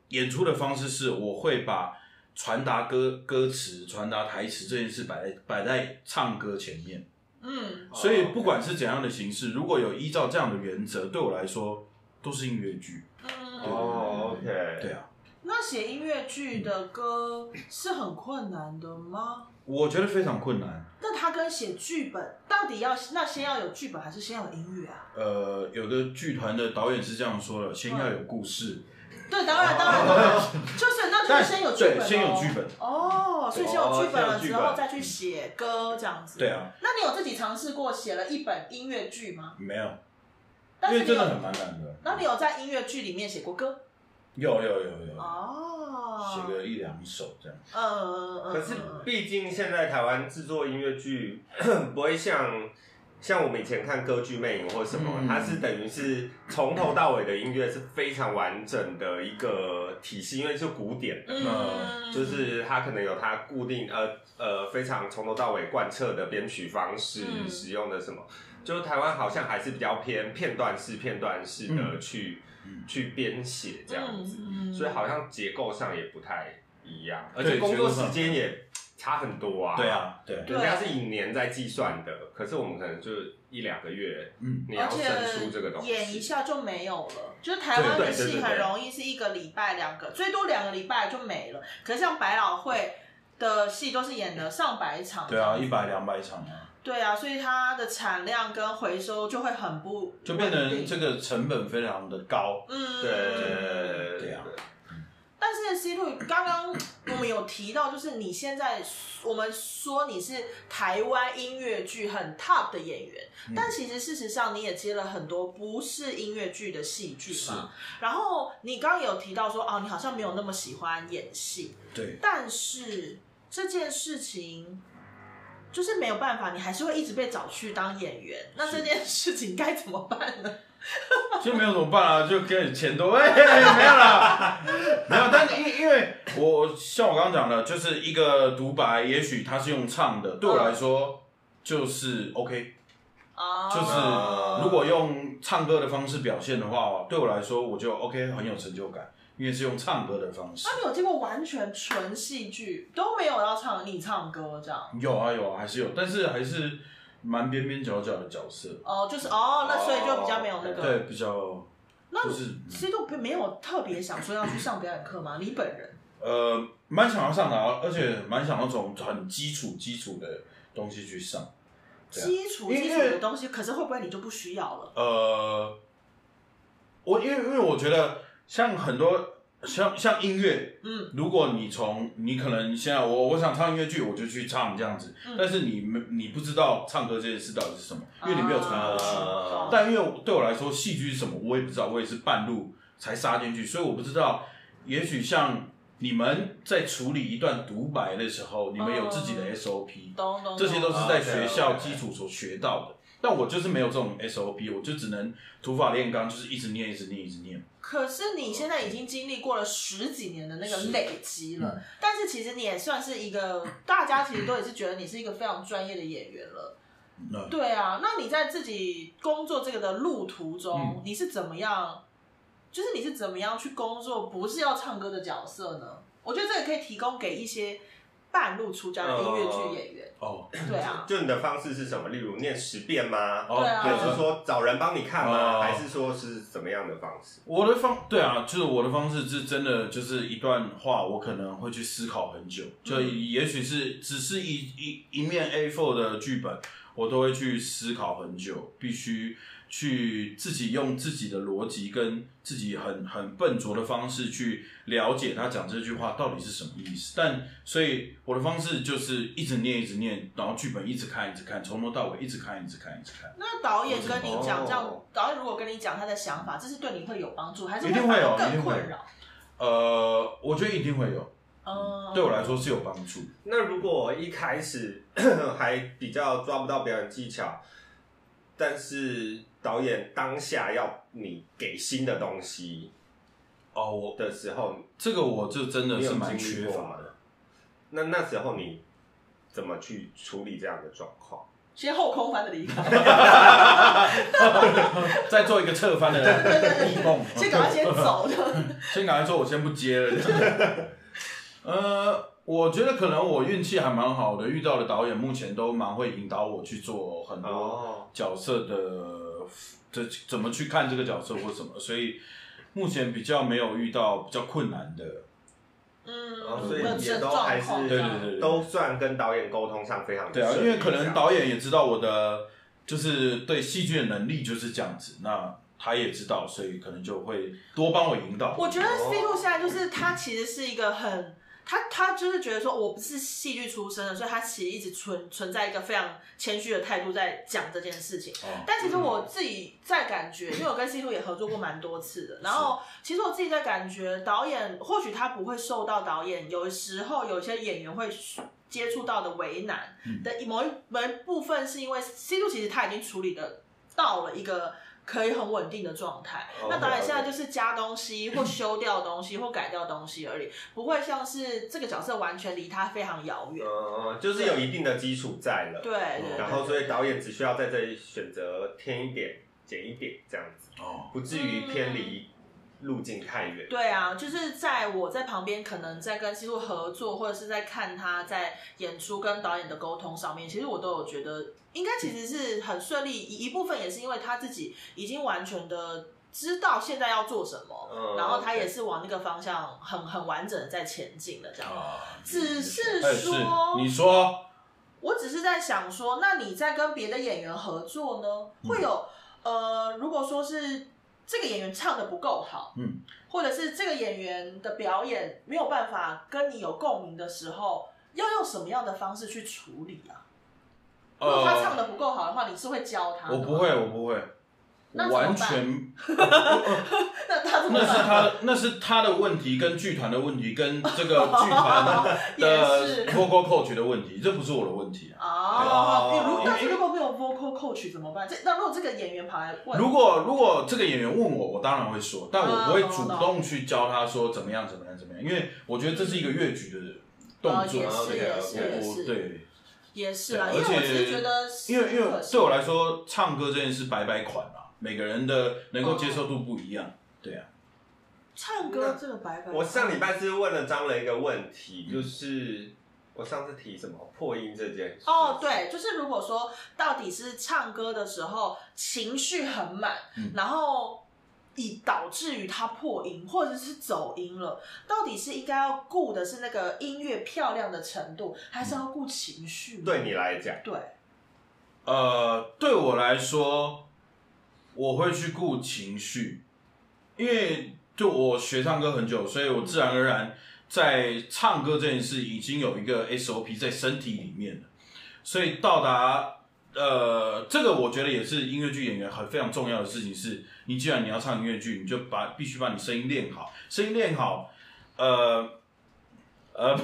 C: 演出的方式是，我会把传达歌歌词、传达台词这件事摆在摆在唱歌前面。
A: 嗯，
C: 所以不管是怎样的形式，如果有依照这样的原则，对我来说都是音乐剧。
A: 嗯
C: 对
B: 哦，OK，
C: 对啊，
A: 那写音乐剧的歌是很困难的吗？
C: 我觉得非常困难。
A: 那它跟写剧本到底要那先要有剧本还是先要有音乐啊？
C: 呃，有的剧团的导演是这样说的：先要有故事，
A: 对，当然当然当然，就是嗯那就是先有剧本
C: 对，
A: 咯，
C: 先有剧本。
A: 哦，所以先有剧本了
B: 哦先有剧
A: 之
B: 本
A: 后再去写歌这样子。
C: 对。啊，
A: 那你有自己尝试过写了一本音乐剧吗？
C: 没有，
A: 但
C: 因
A: 是你
C: 为真的
A: 有
C: 很蛮难的。
A: 那你有在音乐剧里面写过歌？
C: 有有有有，
A: 哦，
C: 写个一两首这样。
A: 嗯，嗯嗯，
B: 可是
A: 嗯
B: 毕竟现在台湾制作音乐剧 不会像像我们以前看歌剧魅影或什么，
C: 嗯
B: 它是等于是从头到尾的音乐是非常完整的一个体系，因为是古典的。
C: 嗯
B: 就是它可能有它固定呃呃非常从头到尾贯彻的编曲方式，
A: 嗯
B: 使用的什么，就是台湾好像还是比较偏片段式、片段式的
C: 嗯
B: 去、
C: 嗯
B: 去编写这样子，
A: 嗯嗯
B: 所以好像结构上也不太一样，而
C: 对
B: 且工作时
C: 结构
B: 间也差很多啊。
C: 对，啊，对，
B: 人家是以年在计算的，可是我们可能就一两个月，
C: 嗯，
B: 你
A: 而
B: 要生出这个东
A: 且
B: 西，
A: 演一下就没有了，就是台湾的
B: 对对对
A: 戏
B: 对
A: 很
B: 对
A: 容易是一个礼拜两个，最多两个礼拜就没了。可是像百老汇的戏都是演的上百场，
C: 对啊，一百两百场啊。
A: 对啊，所以它的产量跟回收就会很不
C: 就变成
A: 稳定
C: 这个成本非常的高。
A: 嗯
B: 对
C: 对啊
A: 但是 C 路刚刚我们有提到，就是你现在我们说你是台湾音乐剧很 top 的演员，
C: 嗯
A: 但其实事实上你也接了很多不是音乐剧的戏剧嘛。然后你刚刚有提到说，哦，你好像没有那么喜欢演戏，
C: 对，
A: 但是这件事情。就是没有办法，你还是会一直被找去当演员。那
C: 是
A: 这件事情该怎么办呢？
C: 就没有怎么办啊，就跟钱多， 哎、没有啦， 没有。但因因为我像我刚刚讲的，就是一个独白，也许他是用唱的，对我来说就是 OK。
A: 啊，
B: 嗯
C: 就是如果用唱歌的方式表现的话，对我来说我就 OK，很有成就感，因为是用唱歌的方式
A: 那。你有见过完全纯戏剧都没有要唱你唱歌这样？
C: 有啊有啊，还是有，但是还是蛮边边角角的角色，
A: 哦，就是哦，那所以就比较没有那个。
C: 对，比较
A: 那
C: 哦就是
A: 其实都没有特别想说要去上表演课吗？你本人？
C: 呃，蛮想要上的啊，而且蛮想要从很基础基础的东西去上。对啊
A: 基础
C: 因为
A: 基础的东西，可是会不会你就不需要了？
C: 呃，我因为因为我觉得像很多像像音乐，
A: 嗯，
C: 如果你从你可能现在我我想唱音乐剧，我就去唱这样子，
A: 嗯
C: 但是你没你不知道唱歌这件事到底是什么，因为你没有传下去。
A: 啊
C: 但因为我对我来说，戏剧是什么，我也不知道，我也是半路才杀进去，所以我不知道。也许像你们在处理一段独白的时候，你们有自己
A: 哦
C: 的 SOP，、
A: 懂懂，
C: 这些都
A: 懂
C: 是在学校基础所学到的。但我就是没有这种 SOP，我就只能土法炼钢，就是一直念，一直念，一直念。
A: 可是你现在已经经历过了十几年的那个
C: 是
A: 累积了，
C: 嗯
A: 但是其实你也算是一个，大家其实都也是觉得你是一个非常专业的演员了。
C: 那
A: 对啊，那你在自己工作这个的路途中，
C: 嗯
A: 你是怎么样？就是你是怎么样去工作，不是要唱歌的角色呢？我觉得这个可以提供给一些半路出家的音乐剧演员。
C: 哦
A: 对啊，
B: 就你的方式是什么？例如念十遍吗？
C: 哦，
A: 对啊
B: 还是
C: 对，
B: 说找人帮你看吗？
C: 哦
B: 还是说是怎么样的方式？
C: 我的方对啊，就是我的方式是真的，就是一段话，我可能会去思考很久，就也许是只是一一一面 A4 的剧本，我都会去思考很久，必须去自己用自己的逻辑跟自己很很笨拙的方式去了解他讲这句话到底是什么意思。但所以我的方式就是一直念一直念，然后剧本一直看一直看，从头到尾一直看一直看一直看，
A: 那导演跟你讲
B: 哦
A: 这样，导演如果跟你讲他的想法，这是对你会有帮助，还是
C: 一定
A: 反
C: 会有
A: 而
C: 一
A: 更
C: 定会
A: 困
C: 有
A: 扰？
C: 呃，我觉得一定会有，
A: 嗯，
C: 对我来说是有帮助。
B: 那如果一开始 还比较抓不到表演技巧，但是导演当下要你给新的东西
C: 哦，我
B: 的时候，
C: 这个我就真的
B: 你有
C: 是蛮
B: 经历
C: 缺
B: 过
C: 乏
B: 吗
C: 的。？
B: 那那时候你怎么去处理这样的状况？
A: 先后空翻的离开，
C: 再做一个侧翻的异梦，
A: 先赶快先走的。
C: 先赶快说，我先不接了。这样呃，我觉得可能我运气还蛮好的，遇到的导演目前都蛮会引导我去做很多
B: 哦，
C: 角色的，这、怎么去看这个角色或什么，所以目前比较没有遇到比较困难的。
B: 哦
A: 嗯，
B: 所以
A: 那
B: 也
A: 这
B: 都
A: 状
B: 还
A: 况
B: 是
C: 对对对
B: 都算跟导演沟通上非常
C: 对啊，因为可能
B: 导
C: 导演也知道我的就是对戏剧的能力就是这样子，那他也知道，所以可能就会多帮我引导。
A: 我觉得 C 路现在就是他其实是一个很他他就是觉得说我不是戏剧出身的，所以他其实一直存存在一个非常谦虚的态度在讲这件事情。
C: 哦
A: 但其实我自己在感觉，因为我跟 C 路也合作过蛮多次
C: 嗯
A: 的，然后其实我自己在感觉，导演或许他不会受到导演有时候有些演员会。接触到的为难
C: 嗯
A: 的某一某一部分，是因为 C 路其实他已经处理的到了一个可以很稳定的状态。
B: 哦
A: 那导演现在
B: 了解
A: 就是加东西 或修掉东西或改掉东西而已，不会像是这个角色完全离他非常遥远。
B: 嗯，就是有一定的基础在了，
A: 对对对
B: 哦然后所以导演只需要在这里选择添一点、减一点这样子，
C: 哦，
B: 不至于偏离路径太远。
A: 对啊，就是在我在旁边，可能在跟西路合作，或者是在看他在演出跟导演的沟通上面，其实我都有觉得，应该其实是很顺利。一一部分也是因为他自己已经完全的知道现在要做什么，
B: 嗯
A: 然后他也
B: OK
A: 是往那个方向很很完整的在前进的这样。
C: 啊，
A: 只是
C: 哎是
A: 说，
C: 你说
A: 我只是在想说，那你在跟别的演员合作
C: 嗯
A: 呢，会有、呃，如果说是这个演员唱的不够好，
C: 嗯，
A: 或者是这个演员的表演没有办法跟你有共鸣的时候，要用什么样的方式去处理啊？如果他唱
C: 呃，
A: 的不够好的话，你是会教他的
C: 我
A: 吗
C: 不会，，我不会，
A: 那怎么办
C: 完全
A: 那他怎么
C: 那是
A: 办？
C: 他的，那是他的问题，跟剧团的问题，跟这个剧团
A: 也
C: 的
A: 是
C: vocal coach 的问题，这不是我的问题啊。
A: 哦，比如
B: 哦
A: 但是如果没有 vocal coach 怎么办？这那如果这个演员跑来问，
C: 如果如果这个演员问我，我当然会说，但我不会
A: 嗯
C: 主动去教他说怎么样怎么样怎么样，因为我觉得这是一个越剧的
A: 哦
C: 动作
A: 也
B: 啊
A: 是
B: 对
A: 也
B: 啊
A: 是
B: 我
A: 也
C: 我
A: 是，
C: 对，
A: 也是啊啦，因
C: 对
A: 为
C: 而且
A: 我只是觉得，
C: 因为因为对我来说，唱歌这件事百百款啊，每个人的能够接受度不一样，对啊，
A: 唱歌这个白白，
B: 我上礼拜是问了张雷一个问题，
A: 嗯
B: 就是我上次提什么破音这件事。
A: 哦，对，就是如果说到底是唱歌的时候情绪很满，
C: 嗯
A: 然后以导致于他破音或者是走音了，到底是应该要顾的是那个音乐漂亮的程度，还是要顾情绪？
B: 对你来讲，
A: 对，
C: 呃，对我来说，我会去顾情绪，因为就我学唱歌很久，所以我自然而然在唱歌这件事已经有一个 SOP 在身体里面了，所以到达呃，这个我觉得也是音乐剧演员很非常重要的事情是，你既然你要唱音乐剧，你就把必须把你声音练好，声音练好，呃。呃，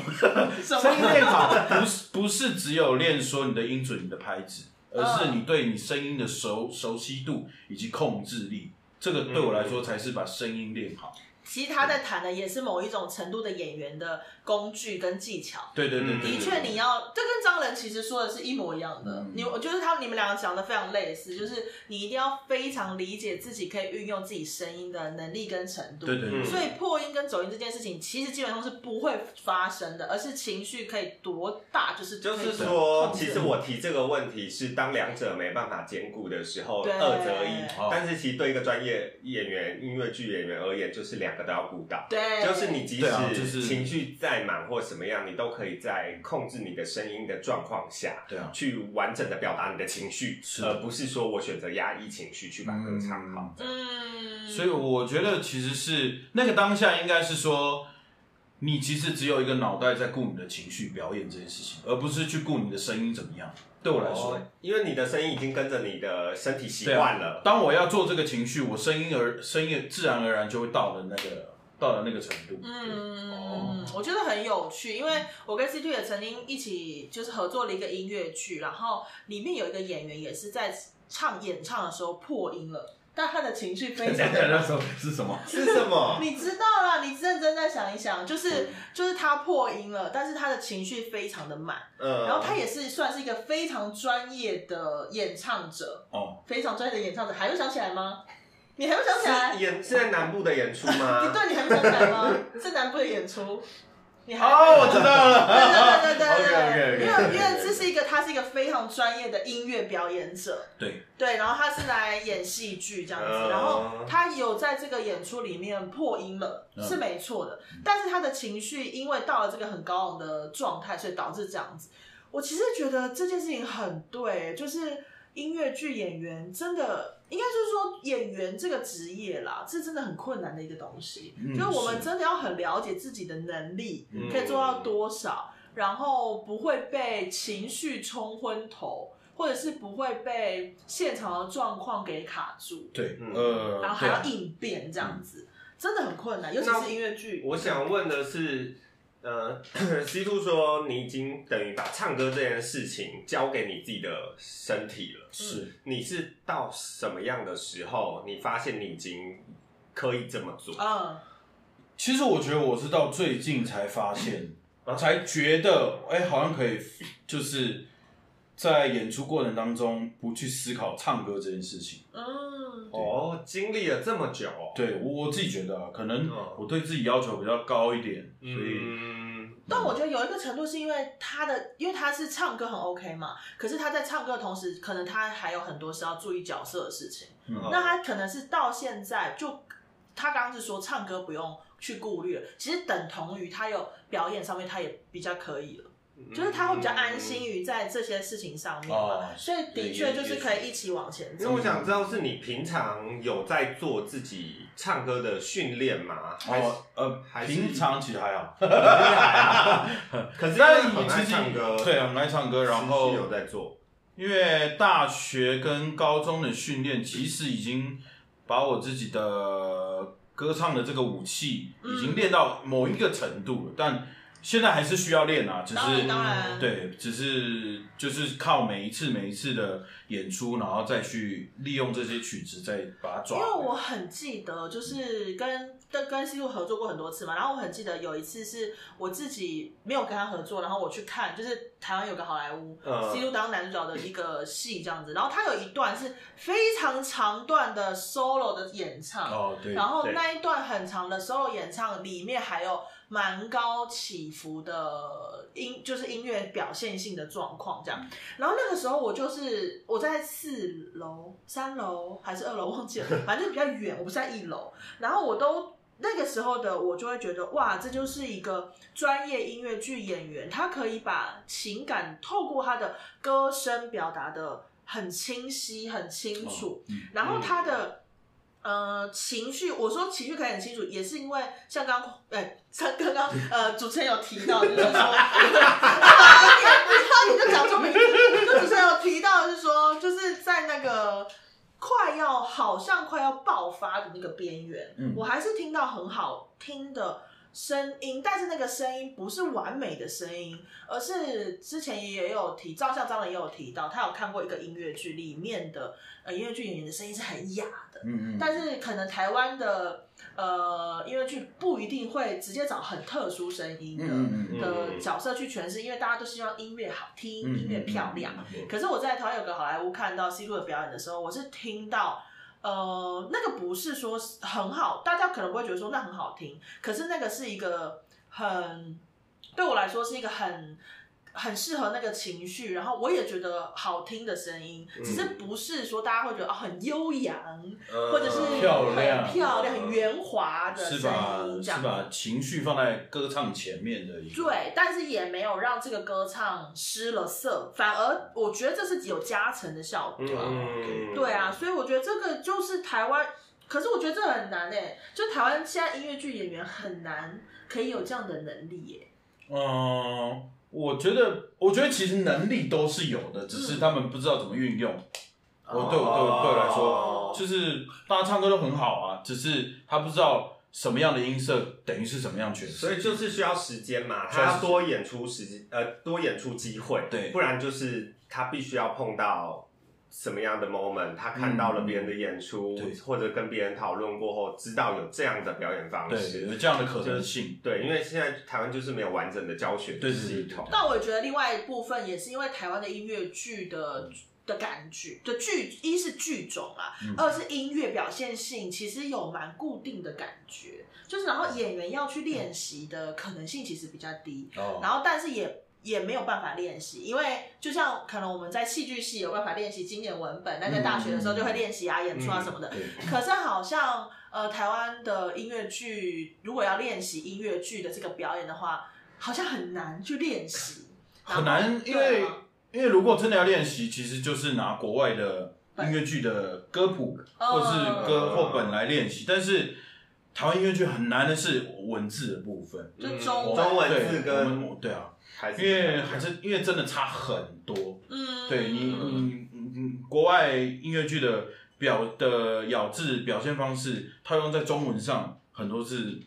A: 什么
C: 声音练好不是不是只有练说你的音准、你的拍子，
A: 嗯
C: 而是你对你声音的熟熟悉度以及控制力。这个对我来说才是把声音练好。
A: 其实他在谈的也是某一种程度的演员的工具跟技巧。
C: 对对对
B: 嗯
C: 对，
A: 的
C: 对
A: 确，你要这跟张仁其实说的是一模一样的。
C: 嗯
A: 你我觉得他们你们两个讲的非常类似，就是你一定要非常理解自己可以运用自己声音的能力跟程度。
C: 对对对，
B: 嗯
A: 所以破音跟走音这件事情，其实基本上是不会发生的，而是情绪可以多大，就是
B: 就
A: 可以
B: 是说，
A: 控制
B: 其实我提这个问题是当两者没办法兼顾的时候，
A: 对
B: 二择一
C: 哦。
B: 但是其实对一个专业演员、音乐剧演员而言，就是两个都要顾到。
A: 对，
B: 就是你即
C: 对啊就
B: 使
C: 是
B: 情绪再满或什么样，你都可以在控制你的声音的状况下，
C: 对啊，
B: 去完整的表达你的情绪，
C: 是
B: 而不是说我选择压抑情绪去把歌唱好。
A: 嗯，
C: 所以我觉得其实是那个当下应该是说，你其实只有一个脑袋在顾你的情绪表演这件事情，而不是去顾你的声音怎么样。对我来说，
B: 哦因为你的声音已经跟着你的身体习
C: 啊
B: 惯了。
C: 当我要做这个情绪，我声音而声音自然而然就会到了那个到了那个程度。
A: 嗯，我觉得很有趣，因为我跟 C Two 也曾经一起就是合作了一个音乐剧，然后里面有一个演员也是在唱演唱的时候破音了，但他的情绪非常的
C: 时候是什么？
B: 是什么？
A: 你知道啦，你认真再想一想，就是就是他破音了，但是他的情绪非常的满，
B: 嗯，
A: 然后他也是算是一个非常专业的演唱者，
C: 哦，
A: 非常专业的演唱者，还会想起来吗？你还会想起来？
B: 是演是在南部的演出吗？
A: 你对你还没想起来吗？是南部的演出，你还
C: 哦，我知道了。
A: 对对对对
C: OK
A: 对
C: OK
A: 对，因
C: OK。
A: 为因为这是一个他是一个非常专业的音乐表演者，
C: 对
A: 对，然后他是来演戏剧这样
B: 嗯
A: 子，然后他有在这个演出里面破音了，
C: 嗯
A: 是没错的，但是他的情绪因为到了这个很高昂的状态，所以导致这样子。我其实觉得这件事情很对，就是音乐剧演员真的应该就是说演员这个职业啦，是真的很困难的一个东西，
C: 嗯
A: 就是我
C: 是
A: 们真的要很了解自己的能力，
C: 嗯
A: 可以做到多少，然后不会被情绪冲昏头，或者是不会被现场的状况给卡住，
C: 对，
B: 嗯
C: 呃，
A: 然后还
C: 对啊
A: 要应变这样子，真的很困难，尤其
B: 那
A: 是音乐剧。
B: 我想问的是，呃，C two 说你已经等于把唱歌这件事情交给你自己的身体了，
C: 是
B: 你是到什么样的时候，你发现你已经可以这么做？
A: 嗯，
C: 其实我觉得我是到最近才发现，
B: 嗯
C: 才觉得哎、好像可以，就是在演出过程当中不去思考唱歌这件事情。
A: 嗯，
B: 哦，经历了这么久，哦
C: 对我我自己觉得啊，可能
B: 嗯
C: 我对自己要求比较高一点，所以
B: 嗯，
A: 但我觉得有一个程度是因为他的，因为他是唱歌很 OK 嘛，可是他在唱歌的同时，可能他还有很多是要注意角色的事情。
B: 哦
C: 嗯
A: 那他可能是到现在就，他刚刚是说唱歌不用去顾虑了，其实等同于他有表演上面他也比较可以了，就是他会比较安心
B: 嗯。
A: 于在这些事情上面嘛，
C: 哦，
A: 所以的确就是可以一起往前
B: 嗯因
A: 走。
B: 为我想知道，是你平常有在做自己唱歌的训练吗？还是
C: 哦呃
B: 还，是
C: 平常其实还好，
B: 可是
C: 但
B: 因为很爱
C: 其实
B: 唱歌，
C: 对，很爱唱歌，然
B: 持
C: 后
B: 续有在做，
C: 因为大学跟高中的训练，其实已经把我自己的歌唱的这个武器
A: 嗯
C: 已经练到某一个程度了，但现在还是需要练啊，只是
A: 当然当然
C: 对，只是就是靠每一次每一次的演出，然后再去利用这些曲子，再把它抓
A: 因
C: 回来。
A: 为我很记得，就是跟跟跟西路合作过很多次嘛，然后我很记得有一次是我自己没有跟他合作，然后我去看，就是台湾有个好莱坞
B: 嗯
A: 西路当男主角的一个戏这样子，然后他有一段是非常长段的 solo 的演唱，
C: 哦对，
A: 然后
B: 对
A: 那一段很长的 solo 演唱里面还有蛮高起伏的音，就是音乐表现性的状况这样。然后那个时候我就是我在四楼、三楼还是二楼忘记了，反正就比较远，我不是在一楼。然后我都那个时候的我就会觉得哇，这就是一个专业音乐剧演员，他可以把情感透过他的歌声表达的很清晰、很清楚。
C: 嗯
A: 然后他的、呃情绪，我说情绪可以很清楚，也是因为像刚哎、像刚刚呃主持人有提到，就是说， 你你就讲出名字，就主持人有提到，就是说就是在那个。快要好像快要爆发的那个边缘，
C: 嗯
A: 我还是听到很好听的声音，但是那个声音不是完美的声音，而是之前也有提，赵校长也有提到，他有看过一个音乐剧，里面的呃音乐剧演员的声音是很哑的，
C: 嗯嗯，
A: 但是可能台湾的呃音乐剧不一定会直接找很特殊声音的、
C: 嗯嗯嗯
A: 的角色去诠释，因为大家都希望音乐好听，
C: 嗯
A: 音乐漂亮。，啊
C: 嗯
A: 可是我在台湾有个好莱坞看到 C 路的表演的时候，我是听到。呃，那个不是说是很好，大家可能不会觉得说那很好听，可是那个是一个很对我来说是一个很很适合那个情绪，然后我也觉得好听的声音，
B: 嗯
A: 只是不是说大家会觉得哦很悠扬，
B: 或
A: 或者是
C: 漂亮
A: 很呃漂亮、很圆滑的
C: 是
A: 声
C: 把
A: 音这
C: 是
A: 样
C: 把
A: 子。
C: 情绪放在歌唱前面的一个
A: 对，但是也没有让这个歌唱失了色，反而我觉得这是有加成的效果。
B: 嗯，
A: 对啊，，所以我觉得这个就是台湾，可是我觉得这很难诶、就台湾现在音乐剧演员很难可以有这样的能力耶、
C: 嗯，我觉得，我觉得其实能力都是有的，只
A: 嗯
C: 是他们不知道怎么运用。我哦对我对
A: 哦
C: 我对我来
B: 哦
C: 说，就是大家唱歌都很好啊，只是他不知道什么样的音色等于是什么样诠释。
B: 所以就是需要时间嘛，
C: 确实
B: 他要多演出时间，呃，多演出机会，
C: 对
B: 不然就是他必须要碰到什么样的 moment，他看到了别人的演出，
C: 对
B: 或者跟别人讨论过后，知道有这样的表演方
C: 对
B: 式。
C: 有这样的可能性。
B: 对，因为现在台湾就是没有完整的教学
C: 对对对
B: 系统，
A: 但我觉得另外一部分也是因为台湾的音乐剧的的感觉的剧，一是剧种啊，
C: 嗯
A: 二是音乐表现性，其实有蛮固定的感觉，就是然后演员要去练习的可能性其实比较低，
C: 哦，
A: 然后但是也。也没有办法练习，因为就像可能我们在戏剧系有办法练习经典文本，那在大学的时候就会练习啊、演出啊什么的。
C: 对，
A: 可是好像呃，台湾的音乐剧如果要练习音乐剧的这个表演的话，好像很难去练习，然后
C: 很难，
A: 对
C: 因为
A: 啊
C: 因为如果真的要练习，其实就是拿国外的音乐剧的歌谱或
A: 嗯
C: 是歌或本来练习，但是台湾音乐剧很难的是文字的部分，
A: 就
B: 嗯
A: 中
B: 中文字
C: 对，我
B: 跟
C: 们对啊，
B: 还是
C: 因为还是因为真的差很多，
A: 嗯，
C: 对你你你你国外音乐剧的表的咬字表现方式套用在中文上，很多是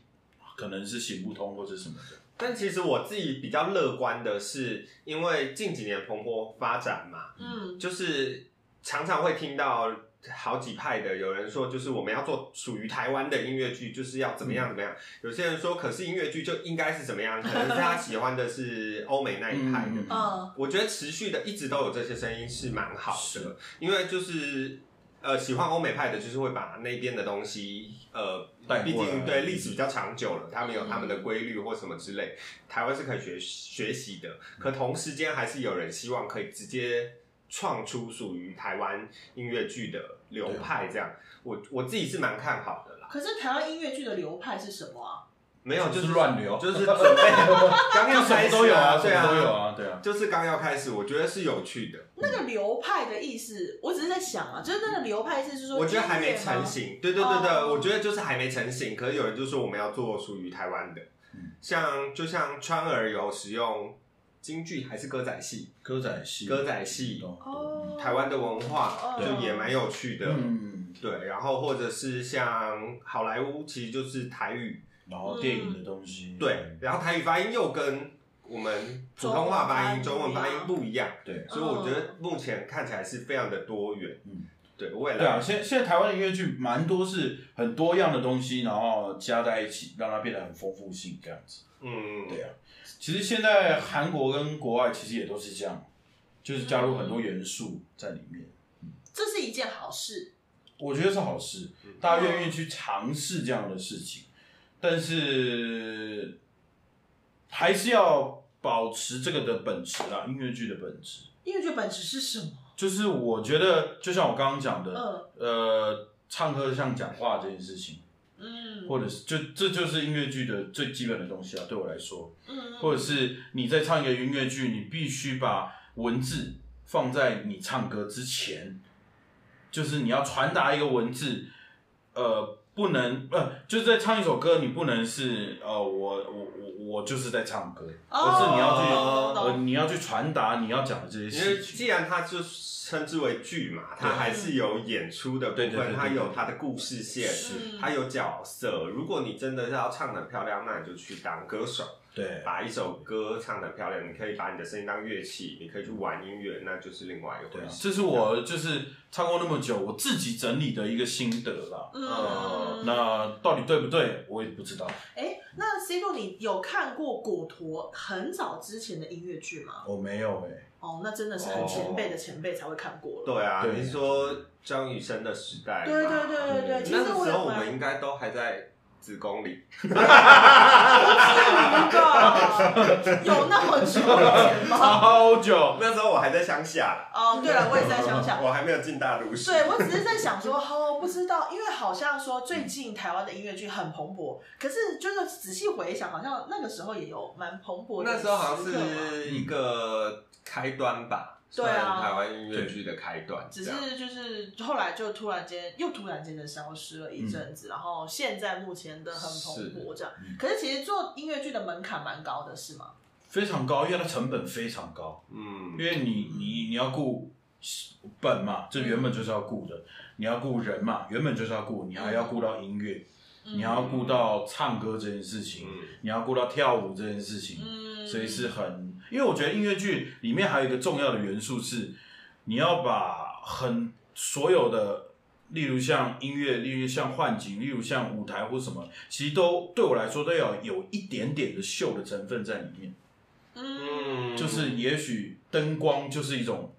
C: 可能是行不通或者什么 的，
B: 但其实我自己比较乐观的是，因为近几年蓬勃发展嘛，
A: 嗯
B: 就是常常会听到好几派的有人说，就是我们要做属于台湾的音乐剧，就是要怎么样怎么样。有些人说，可是音乐剧就应该是怎么样，可能是他喜欢的是欧美那一派的。
C: 嗯
A: 嗯
B: 我觉得持续的一直都有这些声音是蛮好的
C: 是，
B: 因为就是呃喜欢欧美派的，就是会把那边的东西呃
C: 带，
B: 毕
C: 过来嗯
B: 竟对历史比较长久了，他们有
A: 嗯
B: 他们的规律或什么之类，台湾是可以学学习的。
C: 嗯
B: 可同时间还是有人希望可以直接创出属于台湾音乐剧的流
C: 啊
B: 派，这样我我自己是蛮看好的啦。
A: 可是台湾音乐剧的流派是什么啊？
B: 没有，就是
C: 就是乱流
B: 就是准备刚要
C: 什
B: 开
C: 么
B: 始
C: 都有啊，什
B: 对
C: 么
B: 啊，
C: 都有，啊，对啊，
B: 就是刚要开始，我觉得是有趣的。
A: 那个流派的意思，我只是在想啊，就是那个流派意思是说，
B: 我觉得还没
A: 音乐吗
B: 成。型，对对对对，
A: 哦
B: 我觉得就是还没成型。可是有人就说我们要做属于台湾的，
C: 嗯
B: 像就像川儿有使用京剧还是歌仔戏，
C: 歌仔戏，啊
B: 歌仔戏
C: 懂
A: 哦，
B: 台湾的文化
A: 哦
B: 就也蛮有趣的。
C: 嗯，
B: 对，然后或者是像好莱坞，其实就是台语，
C: 然后电影的东西，
B: 对，然后台语发音又跟我们普通话发音、中文发音不一样，
C: 对
B: 所以我觉得目前看起来是非常的多元。
C: 嗯，
B: 对，未
C: 对啊，
B: 来
C: 现现在台湾的音乐剧蛮多是很多样的东西，然后加在一起，让它变得很丰富性这样子。
B: 嗯，
C: 对啊，其实现在韩国跟国外其实也都是这样，就是加入很多元素在里面，
A: 这是一件好事。
C: 我觉得是好事，大家愿意去尝试这样的事情，但是还是要保持这个的本质啦，音乐剧的本质。
A: 音乐剧本质是什么？
C: 就是我觉得，就像我刚刚讲的，
A: 嗯
C: 呃，唱歌像讲话这件事情，
A: 嗯，
C: 或者是就这就是音乐剧的最基本的东西啊，对我来说，
A: 嗯，
C: 或者是你在唱一个音乐剧，你必须把文字放在你唱歌之前，就是你要传达一个文字，呃，不能呃，就是在唱一首歌，你不能是呃，我我我我就是在唱歌，而是你要去
A: 哦懂
C: 呃，你要去传达你要讲的这些
B: 因为
C: 事情。
B: 既然它就称之为剧嘛，它还是有演出的部
C: 对对
B: 分，
C: 对对
B: 它
C: 对
B: 有它的故事线
A: 是，
B: 它有角色。如果你真的是要唱的漂亮，那你就去当歌手，
C: 对，
B: 把一首歌唱的漂亮，你可以把你的声音当乐器，你可以去玩音乐，那就是另外一
C: 对
B: 回
C: 啊，
B: 事。
C: 这是我就是唱过那么久，我自己整理的一个心得啦。
A: 嗯，
C: 呃那到底对不对，我也不知道。
A: 哎，那 C 罗，你有看过果陀很早之前的音乐剧吗？
C: 我没有哎、
A: 哦，那真的是很前辈的前辈才会看过了。
B: 对啊，
C: 对
B: 你是说张雨生的时代嘛，
A: 对对对对
C: 嗯
A: 对，其
B: 那
A: 实我
B: 时候
A: 有
B: 我们
A: 蛮
B: 应该都还在子宫里，
A: 有那么久以前吗？
C: 好久，
B: 那时候我还在乡下，
A: 哦，对了，我也是在乡下。
B: 我还没有进大陆市。
A: 对，我只是在想说，哦，不知道，因为好像说最近台湾的音乐剧很蓬勃，可是就是仔细回想，好像那个时候也有蛮蓬勃的
B: 那
A: 时
B: 时
A: 刻
B: 候
A: 嘛。
B: 好像是一个开端吧，
A: 对啊
B: 算台湾音乐剧的开端，
A: 只
B: 这样
A: 是就是后来就突然间又突然间的消失了一阵
B: 嗯
A: 子，然后现在目前的很蓬勃这样。
C: 是嗯
A: 可是其实做音乐剧的门槛蛮高的，是吗？
C: 非常高，因为它成本非常高，
B: 嗯
C: 因，为你你你要顾本嘛，这原本就是要顾的，你要顾人嘛，原本就是要顾，你还要顾到音乐，
A: 嗯
C: 你要顾到唱歌这件事情，
B: 嗯
C: 你要顾到跳舞这件事情，
A: 嗯，
C: 所以是很，因为我觉得音乐剧里面还有一个重要的元素是，你要把很所有的，例如像音乐，例如像幻景，例如像舞台或什么，其实都对我来说都要有一点点的秀的成分在里面，
A: 嗯
B: 嗯
C: 就是也许灯光就是一种。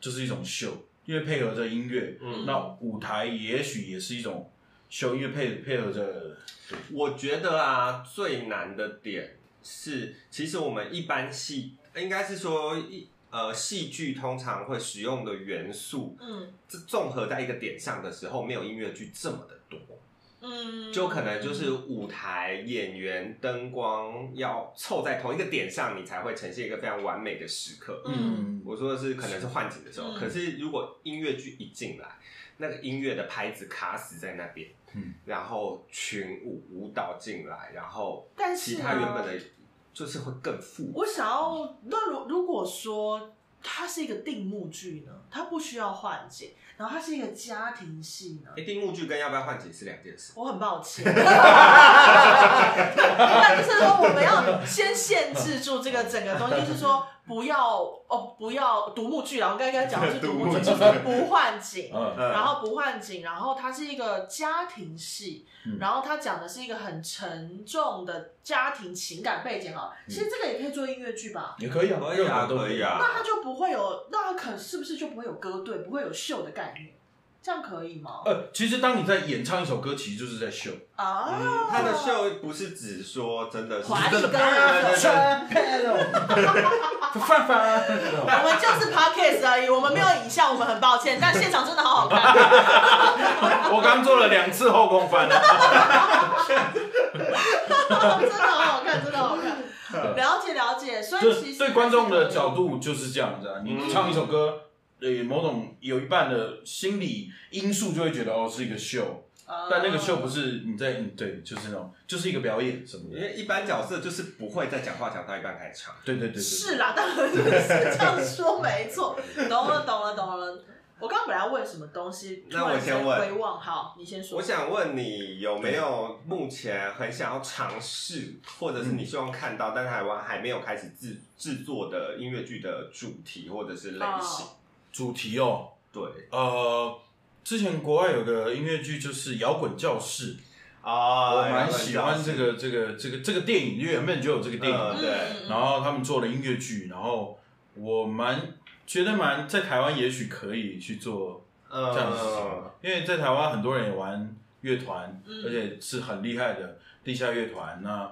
C: 就是一种秀，因为配合着音乐，
B: 嗯
C: 那舞台也许也是一种秀，因为配配合着
B: 我觉得啊，最难的点是，其实我们一般戏应该是说一呃戏剧通常会使用的元素，
A: 嗯
B: 这综合在一个点上的时候，没有音乐剧这么的多，
A: 嗯，
B: 就可能就是舞台、演员、灯光要凑在同一个点上，你才会呈现一个非常完美的时刻。
A: 嗯
C: 嗯，
B: 我说的是可能是幻景的时候，
A: 嗯
B: 可是如果音乐剧一进来，那个音乐的拍子卡死在那边，
C: 嗯，
B: 然后群舞舞蹈进来，然后
A: 但是
B: 其
A: 呢
B: 他原本的就是会更富，
A: 我想要，那如如果说它是一个定目剧呢，它不需要换景，然后它是一个家庭戏呢，
B: 哎，定目剧跟要不要幻景是两件事。
A: 我很抱歉。 那就是说，我们要先限制住这个整个东西，就是说不要哦，不要独幕剧啦。我刚刚讲的是独幕剧，就是不换景。
C: 嗯，
B: 嗯
A: 然后不换景，然后它是一个家庭戏，
C: 嗯
A: 然后它讲的是一个很沉重的家庭情感背景啊。其实这个也可以做音乐剧吧，
C: 也可以啊，
B: 可以啊
C: 任何都
B: 可以啊
A: 那它就不会有，那它可是不是就不会有歌队，不会有秀的概念？这样可以吗？
C: 呃，其实当你在演唱一首歌，其实就是在秀，
A: 啊，
B: 嗯，他的秀不是只说真的是
A: 华丽
B: 真的
A: 跟
B: 啪
A: 对对
B: 对对
C: 翻拍 翻翻
A: 我们就是 podcast 而已，我们没有影像，我们很抱歉，但现场真的好好看。
C: 我刚做了两次后空翻，
A: 真的好好看，真的好
B: 嗯
A: 看。了解了解，所以其
C: 对
A: 实
C: 对观众的角度就是这样子啊。你唱一首歌，呃，某种有一半的心理因素就会觉得哦是一个秀，
A: 呃，
C: 但那个秀不是你在嗯对，就是那种就是一个表演什么
B: 因
C: 的。
B: 为一般角色就是不会在讲话讲到一半开始唱，
C: 对对对对，
A: 是啦，当然是这样说没错，懂了懂了懂了。我刚刚本来要问什么东西，
B: 那我先问
A: 突然间回望好，你先说。
B: 我想问你有没有目前很想要尝试，或者是你希望看到，但台湾还没有开始制制作的音乐剧的主题或者是类型？
C: 主题哦，
B: 对
C: 呃，之前国外有个音乐剧就是《摇滚教室》，
B: 啊
C: 我蛮喜欢这个这个这个这个电影，因为原本就有这个电影。
B: 嗯对
C: 然后他们做了音乐剧，然后我蛮觉得蛮在台湾也许可以去做这样子，
B: 嗯，
C: 因为在台湾很多人也玩乐团，
A: 嗯
C: 而且是很厉害的地下乐团。那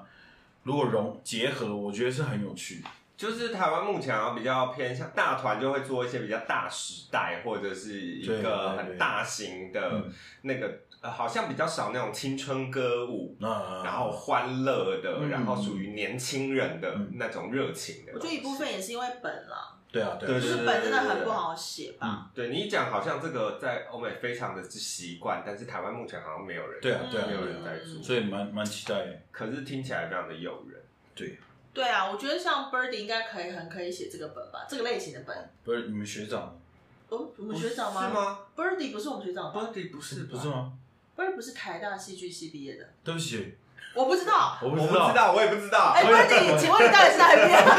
C: 如果融结合，我觉得是很有趣。
B: 就是台湾目前好像比较偏向大团，就会做一些比较大时代或者是一个
C: 对
B: 很大型的
C: 嗯
B: 那个，呃好像比较少那种青春歌舞。
C: 那
B: 然后欢乐的，
C: 嗯
B: 然后属于年轻人的
C: 嗯
B: 那种热情的
A: 我
B: 东西。
A: 觉得一部分也是因为本啦，
C: 对啊，对
B: 对
C: 啊
A: 就
B: 对嗯
A: 是本真的很不好写吧。
B: 对你一讲，好像这个在欧美非常的习惯，但是台湾目前好像没有人，
C: 对啊对啊
B: 没有
C: 对
B: 人
C: 啊
B: 在做，
C: 所以蛮蛮期待的。
B: 可是听起来非常的诱人。
C: 对，
A: 对啊，我觉得像 Birdy 应该可以很可以写这个本吧，这个类型的本。
C: 不是你们学长
A: 哦，我们学长
B: 是吗
A: Birdy 不是我们学长吗
B: b u 不是
C: 不是？吗？
A: ？Birdy 不是台大戏剧系毕业的，
C: 对不起，
A: 我不知道。
C: 我
B: 我
C: 不
B: 不
C: 知
B: 知
C: 道。
B: 道，我也不知道。
A: 哎、b i r d y 请问你到底是哪一 边？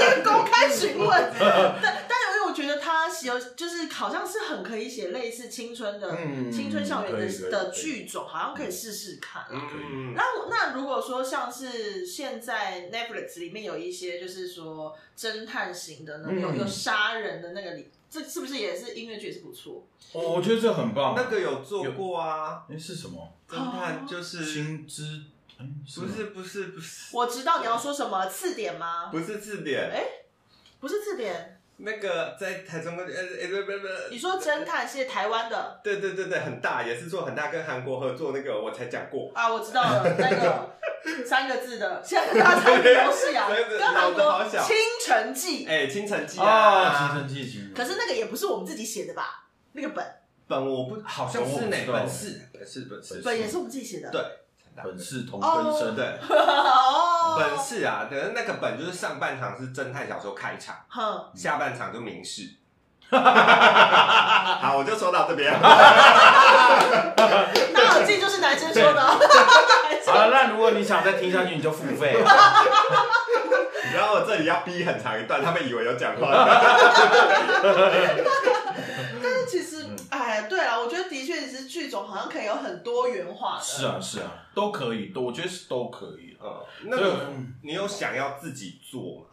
A: 这个公开询问。但但因为我觉得他写就是好像是很可以写类似青春的、
C: 嗯
A: 青春校园
C: 可以可
A: 的
C: 以
A: 的
C: 可以
A: 剧种，好像可以试试看啊。
B: 嗯，
A: 那我那如果说像是现在 Netflix 里面有一些就是说侦探型的呢，
C: 嗯
A: 有有杀人的那个里，这是不是也是音乐剧也是不错？
C: 我我觉得这很棒。
B: 那个有做过啊，
C: 哎是什么？
B: 侦探
C: 哦
B: 就是
C: 薪资？哎
B: 不是不是不是
A: 我知道你要说什么字典吗？
B: 不是字典，
A: 哎不是字典，
B: 那个在台中呃呃不不不，
A: 你说侦探是台湾的。
B: 对对对对，很大，也是做很大，跟韩国合作那个我才讲过，
A: 啊，我知道了，那 个三个字的，现在大家都是啊，
B: 对对
A: 跟韩
B: 脑子
A: 国
B: 好
A: 《
B: 小
A: 倾城记》
B: 哎，《倾城记》
C: 啊，
B: 啊
C: 行，程记行程记
A: 可是那个也不是我们自己写的吧？那个本
B: 本我不好像是哪
C: 本我不知道
B: 本是本是本是
A: 本也是我们自己写的，
B: 对
C: 本是同
A: 哦
C: 根生，
B: 对。
A: 哦，
B: 本是啊，可是那个本就是上半场是侦探小说开场，
A: 哼，
B: 下半场就明示。 好，我就说到这 边。
A: 那耳记就是男生 说的，还是
C: 好了，那如果你想再听下去，你就付费。
B: 然后我这里要逼很长一段，他们以为有讲话。
A: 但是其实，
C: 嗯
A: 哎，对了，我觉得的确是剧种好像可以有很多元化的，
C: 是啊，是啊，都可以，都我觉得是都可以啊。
B: 嗯， 那
C: 对
B: 个，你有想要自己做吗？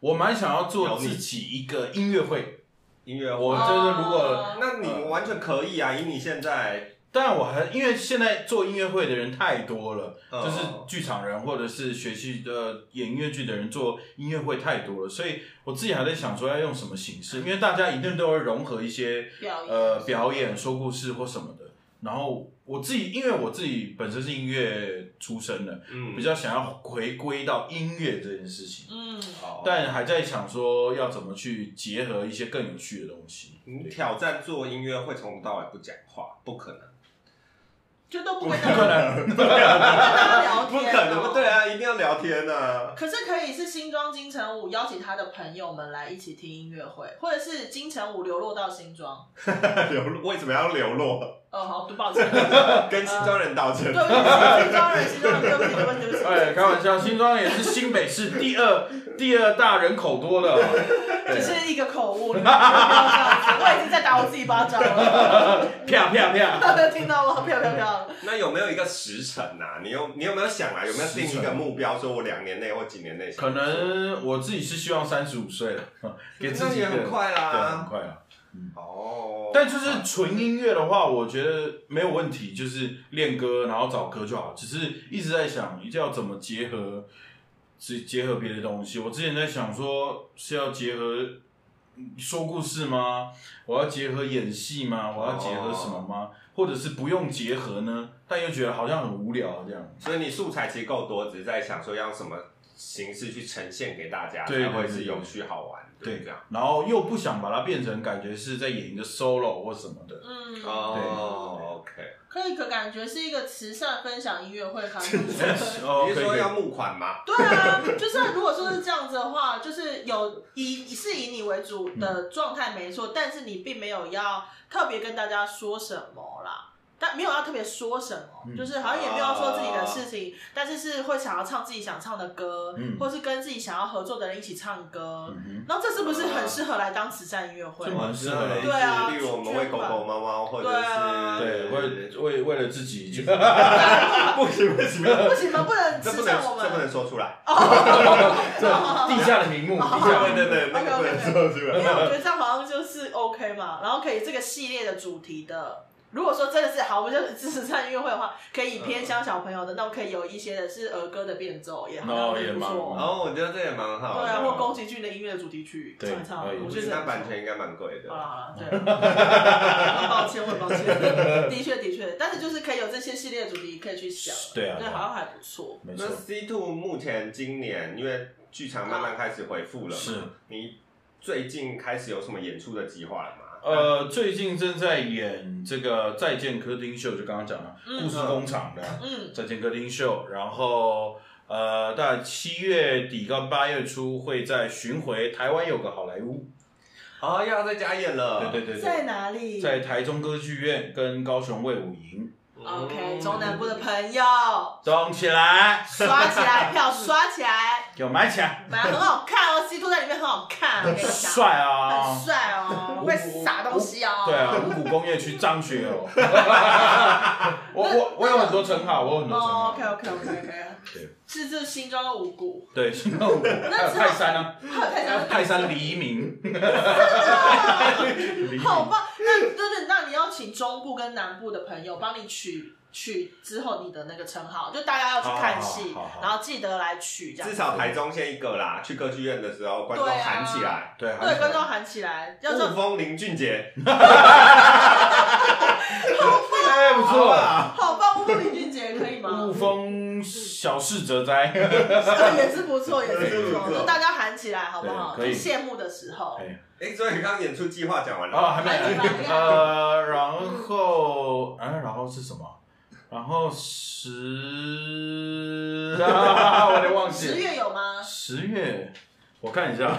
C: 我蛮想要
B: 有
C: 做
B: 你
C: 自己一个音乐会，
B: 音乐
C: 我
B: 会
C: 就是如果，
A: 哦
B: 那你完全可以啊，以你现在
C: 但我还因为现在做音乐会的人太多了，
B: 嗯
C: 就是剧场人或者是学习的呃演音乐剧的人做音乐会太多了，所以我自己还在想说要用什么形式，因为大家一定都会融合一些
A: 表演
C: 呃表演、说故事或什么的。然后我自己，因为我自己本身是音乐出身的，
B: 嗯
C: 比较想要回归到音乐这件事情，
A: 嗯，
B: 好啊
C: 但还在想说要怎么去结合一些更有趣的东西。
B: 你挑战做音乐会从头到尾不讲话，不可能，
A: 就都 不会
C: 不可
A: 跟
C: 能，
A: 他聊
B: 不
A: 天，
B: 可能，对。啊，一定要聊天啊。
A: 可是可以是新庄金城武邀请他的朋友们来一起听音乐会，或者是金城武流落到新庄。
B: 流落为什么要流 落？
A: 哦，好，对抱 歉，
B: 跟新庄人道歉。
A: 对不起，新庄人，新庄人，对不起，对不起，对不起。
C: 哎，开玩笑，新庄也是新北市第二第二大人口多的，
A: 只是一个口误，你们不要这样子我已经在打我自己巴掌 了。
C: 啪啪啪。
A: 大家听到吗？飘飘飘！
B: 那有没有一个时辰啊？你有你有没有想啊？有没有定一
C: 时
B: 个
C: 辰
B: 目标，说我两年内或几年内想
C: 可
B: 做？
C: 能我自己是希望三十五岁了， 给自己一
B: 那也
C: 个
B: 很快啊啦
C: 对，很快啦。
B: 哦，
C: 但就是纯音乐的话，我觉得没有问题，就是练歌，然后找歌就好。只是一直在想，一定要怎么结合，结结合别的东西。我之前在想说，是要结合嗯说故事吗？我要结合演戏吗？我要结合什么吗？或者是不用结合呢？但又觉得好像很无聊这样。
B: 所以你素材其实够多，只是在想说要用什么形式去呈现给大家，
C: 对
B: 才会
C: 对对
B: 是
C: 对
B: 有趣好玩，
C: 对
B: 这样。，
C: 然后又不想把它变成感觉是在演一个 solo 或什么的。
A: 嗯，
B: 哦，OK，
A: 可以，可感觉是一个慈善分享音乐会刊物。
C: 哦，
B: 你是
C: 可以
B: 说
C: 可以
B: 要募款吗？
A: 对啊，就是如果说是这样子的话，就是有以是以你为主的状态没错，但是你并没有要特别跟大家说什么啦，但没有要特别说什么，
C: 嗯
A: 就是好像也没有要说自己的事情，但是是会想要唱自己想唱的歌，
C: 嗯
A: 或是跟自己想要合作的人一起唱歌，
C: 嗯
A: 然后这是不是很适合来当慈善音乐会？
C: 是吗很适合
B: 对
A: 对啊
B: 例如我们喂狗狗、猫猫，或者
A: 对啊
C: 哼，
B: 是
C: 对，为为为了自己就。
B: 不行不行，
A: 不行吗？不能
B: 这
A: 慈
B: 不能
A: 善我
B: 这不
A: 们
B: 能。说出来，
C: 这地下的名目，
A: 哦
C: 地下的
B: 对对
C: 名目
B: 对，那个不能说出
A: 因为我
B: 来。
A: 觉得这样好像就是 OK 嘛，然后可以这个系列的主题的，如果说真的是好，我们就是支持上音乐会的话，可以偏向小朋友的，那我可以有一些的是儿歌的变奏，也好
C: 哦
A: 像
C: 也
A: 不
C: 蛮
A: 错。
B: 然后我觉得这也蛮好的，
A: 对啊，或宫崎骏的音乐主题曲
C: 对哦
A: 唱一唱
C: 可以，
A: 我
B: 我
A: 觉
B: 觉
A: 得
B: 得那
A: 很
B: 版
A: 不错
B: 权应该蛮贵的
A: 好。了好了，对， 很抱歉，我很抱歉，的确的确，但是就是可以有这些系列主题可以去想，
C: 对啊
A: 对，好像还不错。
C: 没
B: 那
C: 错，
B: C two 目前今年因为剧场慢慢开始恢复了嘛，
C: 是
B: 你最近开始有什么演出的计划了吗？
C: 呃，最近正在演这个《再见歌厅秀》，就刚刚讲了，故事工厂的《
A: 嗯，
C: 再见歌厅秀》，然后呃，大概七月底到八月初会在巡回台湾有个好莱坞，
B: 哦，要在家演了。
C: 对对对
A: 在
C: 对，
A: 哪里？
C: 在台中歌剧院跟高雄卫武营，
B: 嗯
A: OK，中南
C: 嗯
A: 部的朋友
C: 动起来，
A: 刷起 来，票刷起来。
C: 给我买起来，
A: 本来很好看哦，C two 在里面很好看，我跟你讲，
C: 帅啊
A: 很！帅哦，会撒东西哦。
C: 对啊，五谷工业区张学 友，我我我有很多称号，我有很多称
A: 哦
C: 号
A: ，OK，OK OK OK，
C: 对
A: 是这新庄的五谷，
C: 对，新动物，还有泰山啊。
A: 太强了，
C: 泰山黎明， 黎明
A: 啊好棒！那就是那你要请中部跟南部的朋友帮你取取之后你的那个称号，就大家要去看戏
C: 好好好，好
A: 然后记得来取这样
B: 至。少台中先一个啦，去歌剧院的时候，观众
A: 对啊
B: 喊起来，
C: 对，还
A: 对，
C: 是
A: 观众喊起来，要
B: 雾
A: 说
B: 峰林俊杰，
C: 哎，不错，
A: 好棒，乌林俊杰可以吗
C: 雾？峰小事哲 哉，
A: 也是不错，也 是不错，
B: 对
A: 就大家喊起来好不好？
C: 对可以
A: 就谢幕的时候。
C: 哎，
B: 哎，所以刚刚演出计划讲完
C: 啊，
B: 了，
C: 还没
A: 还没还没，
C: 呃，然后，啊，然后是什么？然后 十， 啊我有点忘记
A: 十
C: 了，
A: 月有吗？
C: 十月，我看一下，
A: 啊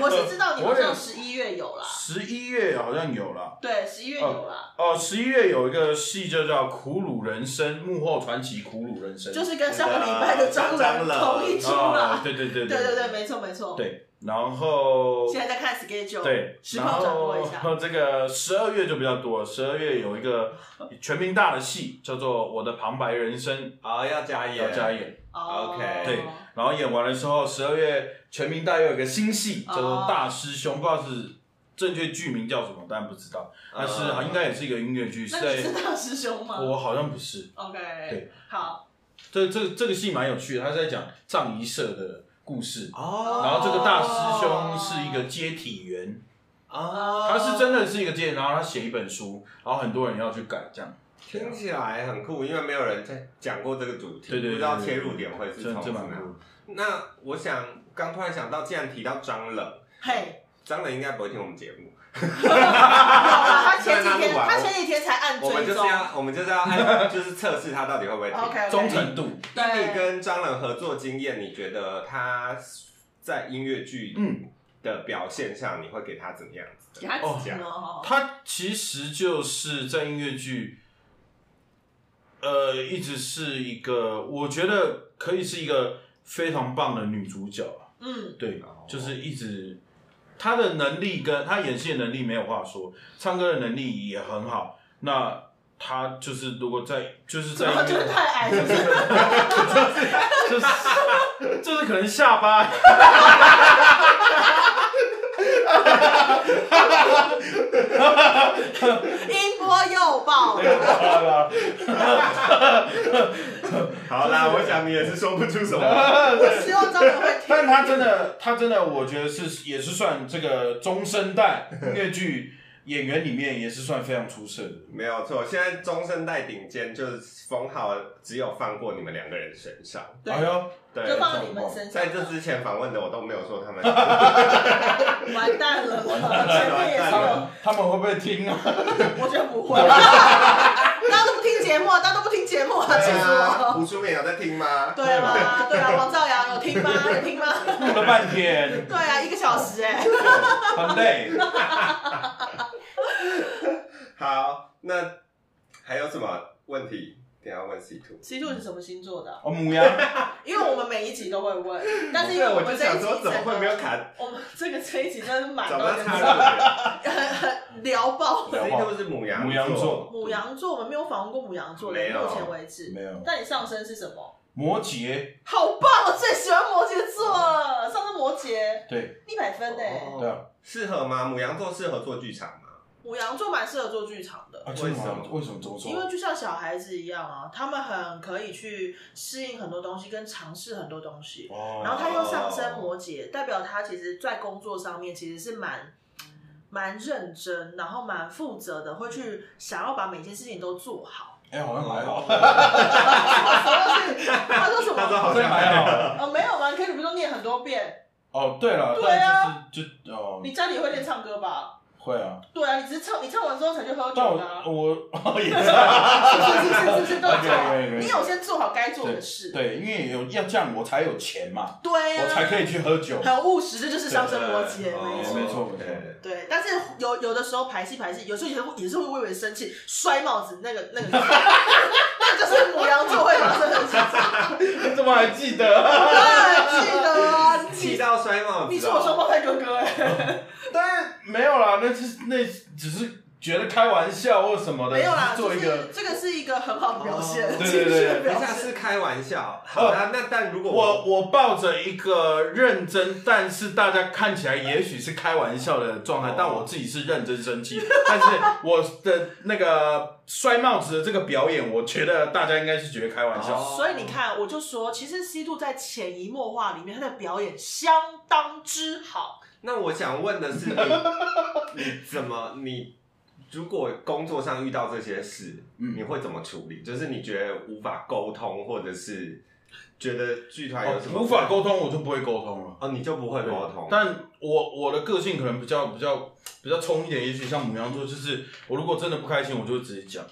A: 我是知道你好
C: 我
A: 像
C: 也
A: 十一月有啦，
C: 十一月好像有了。
A: 对，十一月有啦，
C: 哦，十一月有一个戏就叫《苦鲁人生》，幕后传奇《苦鲁人生》，
A: 就是跟上个
B: 啊
A: 礼拜的张兰同一出
C: 啊，
B: 哦
A: 啦。
C: 对对对
A: 对对对，没错没错。
C: 对，然后
A: 现在在看 schedule，
C: 对，
A: 时
C: 然
A: 刻转播一
C: 后
A: 下。
C: 这个十二月就比较多了，十二月有一个全民大的戏叫做《我的旁白人生
B: 啊，要加》，演，
C: 要加演。
A: 哦
B: OK
C: 对，
A: 哦
C: 然后演完了之后，十二月全民大又有一个新戏叫做《大师兄》，不知道是正确剧名叫什么，当然不知道，但是
B: 嗯
C: 应该也是一个音乐剧，是
A: 哦那你是
C: 在
A: 大师兄吗
C: 我好像不是，
A: ？OK，
C: 对，
A: 好，
C: 这这这个戏蛮有趣的，他是在讲葬仪社的故事，
B: 哦
C: 然后这个大师兄是一个接体员，
B: 啊，
C: 他是真的是一个接体员，然后他写一本书，然后很多人要去改这样，
B: 听起来很酷，因为没有人在讲过这个主题，
C: 对对对
B: 不知道切入点会是
C: 这
B: 从
C: 这蛮
B: 哪
C: 酷。
B: 那我想刚突然想到，既然提到张冷，
A: 嘿，
B: 张冷应该不会听我们节目，
A: 好了，他前几
B: 那
A: 天
B: 录完
A: 他前几天才按
B: 我们
A: 追
B: 就是
A: 踪
B: 要我们就是要按 就是测试他到底会不会听。
A: 啊，OK，
C: 的忠诚度，
B: 以你
A: 对，
B: 跟张冷合作经验，你觉得他在音乐剧
C: 嗯。
B: 的表现上，你会给他怎么样子
A: 给
B: 的？
A: 他
C: 哦
A: 指哦，
C: 他其实就是在音乐剧，呃，一直是一个，我觉得可以是一个非常棒的女主角啊
A: 嗯，
C: 对
B: 哦，
C: 就是一直她的能力跟她演戏的能力没有话说，唱歌的能力也很好。那她就是如果在就是在
A: 然
C: 音
A: 后
C: 乐
A: 就是太矮了，
C: 就是就是可能下巴，
A: 音波又爆了，
C: 啊
B: 好 啦，我想你也是说不出什么。
A: 我希望张伦会听。
C: 但他真的，他真的，我觉得是也是算这个中生代音乐剧演员里面也是算非常出色的。
B: 没有错，现在中生代顶尖就是封号只有放过你们两个人身上。
A: 对
C: 哎呦，
B: 对，
A: 就放到你们身上，
B: 在这之前访问的我都没有说他 们，
A: 完蛋了，
B: 完蛋了
A: 前面也
B: 完
A: 是
B: 蛋
A: 有
B: 了，
C: 他们会不会听 啊？
A: 我觉得不 会，大家都不听节目，大家都不听节目啊，气
B: 对
A: 死
B: 啊，
A: 我！
B: 胡淑敏有在听吗？
A: 对啊，对啊，王兆阳有听吗？有听吗？
C: 录了半天，
A: 对啊，一个小时哎，
C: 很累。
B: 好，那还有什么问题？等一下问 C two。
A: C two 是什么星座的啊？
C: 哦，母 羊，
A: 因为我们每一集都会 问，但是因为
B: 对，我
A: 们
B: 就
A: 这一
B: 想
A: 集
B: 说，
A: 整
B: 怎么会没有
A: 个，
B: 卡？
A: 我们这个这一集真的满
B: 怎
A: 到
B: 么
A: 人
B: 插入
A: 很很 聊爆
B: 点
C: 聊
A: 了。
B: ？C
C: 爆
B: two 是母羊
C: 母羊座
A: 母羊座我们没有访问过母羊座的，
B: 没有
A: 目前为止
C: 没有
A: 但你上身是什么？
C: 摩羯，
A: 好棒！我最喜欢摩羯座了，上升摩羯
C: 对
A: 一百分哎、
B: 哦
C: 对啊，
B: 适合吗？母羊座适合做剧场吗？
A: 母羊座蛮适合做剧场的，
C: 啊，真的
B: 为什
C: 吗
B: 么？
C: 为什么这么说
A: 因？为就像小孩子一样啊，他们很可以去适应很多东西，跟尝试很多东西。
C: 哦
A: 然后他又上升摩羯，代表他其实在工作上面其实是蛮蛮认真，然后蛮负责的，会去想要把每件事情都做 好。
C: 哎，好像还好，
B: 哦
A: 他说什
B: 他说好
A: 么？
C: 像还好。
A: 呃，没有吗？可是你不是都念很多遍？
C: 哦，对了，
A: 对啊
C: 但就是就哦
A: 你，家里会练唱歌吧？
C: 会啊，
A: 对啊，你只是唱，你唱完之后才去喝
C: 但
A: 酒
C: 我
A: 的啊。
C: 我哦也是啊，
A: 是是是是是，都有
C: OK，OK，OK
A: 做。你有先做好该做的事。
C: 对，因为有要这样我才有钱嘛，
A: 对
C: 我才
A: 啊，
C: 可以去喝酒。
A: 很务实，这就是上升摩羯，
B: 哦
A: 没错。
C: 没错
B: 对
C: 没错
A: 对，但是有有的时候排戏排戏，有时候也会也是会微微生气，摔帽子那个那 个，那就是母羊座会发生的事情。
C: 你怎么还记得？
A: 对，记得啊，
B: 气
A: 你
B: 到摔帽子哦。
A: 你是我双胞胎哥哥哎，
C: 但没有啦，那是那只是觉得开玩笑或什么的，
A: 没有啦，
C: 只
A: 就
C: 是做一
A: 是
C: 个。
A: 这个是一个很好的表现，
B: 哦
C: 对
A: 情
C: 对
A: 绪的
C: 对
B: 等一
A: 表
B: 下
A: 现。
B: 是开玩笑。好啦，那但如果
C: 我我抱着一个认真，但是大家看起来也许是开玩笑的状态
B: 哦，
C: 但我自己是认真生气。 但是我的那个摔帽子的这个表演，我觉得大家应该是觉得开玩笑。
B: 哦
A: 所以你看，我就说，其实 C two 在潜移默化里面，他的表演相当之好。
B: 那我想问的是你， 你怎么你如果工作上遇到这些事，
C: 嗯
B: 你会怎么处理？就是你觉得无法沟通，或者是觉得剧团有什么
C: 哎哦无法沟通，我就不会沟通了。
B: 哦，你就不会沟通。
C: 但我我的个性可能比较比较比较冲一点，也许像母羊座，就是我如果真的不开心，我就会直接讲，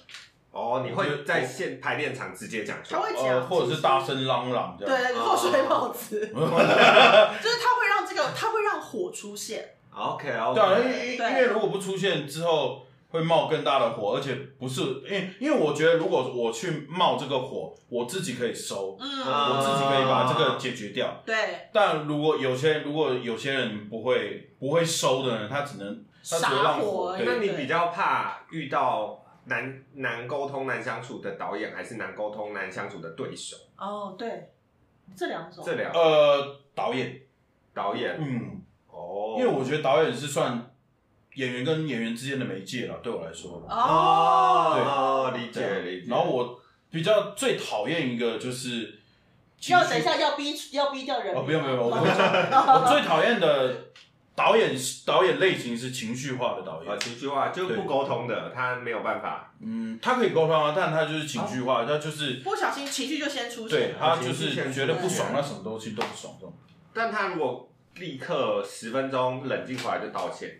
B: 哦，你会在现排练场直接讲出
A: 他
B: 来。
A: 会
C: 呃，
A: 讲，
C: 或者是大声嚷嚷这
A: 对
C: 样。啊
A: 对，或摔帽 子，就是他会让这个，他会让火出现。
B: OK
C: 对啊，因
B: OK。
C: 为
A: 对
C: 因为如果不出现之后，会冒更大的火，而且不是因为因为我觉得如果我去冒这个火，我自己可以收，
A: 嗯，
B: 啊
C: 我自己可以把这个解决掉。
A: 对，
C: 但如果有些如果有些人不会不会收的人，他只能他只会
A: 撒
C: 让
A: 火
C: 火
A: 而已
C: 对
B: 那你比较怕遇到难难沟通、难相处的导演，还是难沟通、难相处的对手？
A: 哦，对，这两种，
B: 这两个
C: 呃导演，
B: 导演
C: 嗯，
B: 哦，
C: 因为我觉得导演是算演员跟演员之间的媒介了，对我来说。
B: 哦，理
C: 对啊
B: 解理解。
C: 然后我比较最讨厌一个就是，
A: 要等一下要逼要逼掉人名吗啊
C: 哦，不用 不用，不用我不会讲我最讨厌的导演导演类型是情绪化的导
B: 呃，
C: 演。
B: 情绪化就是不沟通的，他没有办法。
C: 嗯，他可以沟通啊，但他就是情绪
A: 啊
C: 化，他就是
A: 不小心情绪就先出
C: 对
A: 现。
C: 他
B: 情
C: 就
B: 绪
C: 是
B: 先
C: 觉得
B: 出
C: 不
B: 来
C: 爽，那什么东西都不爽这种。
B: 但他如果立刻十分钟冷静回来就道歉，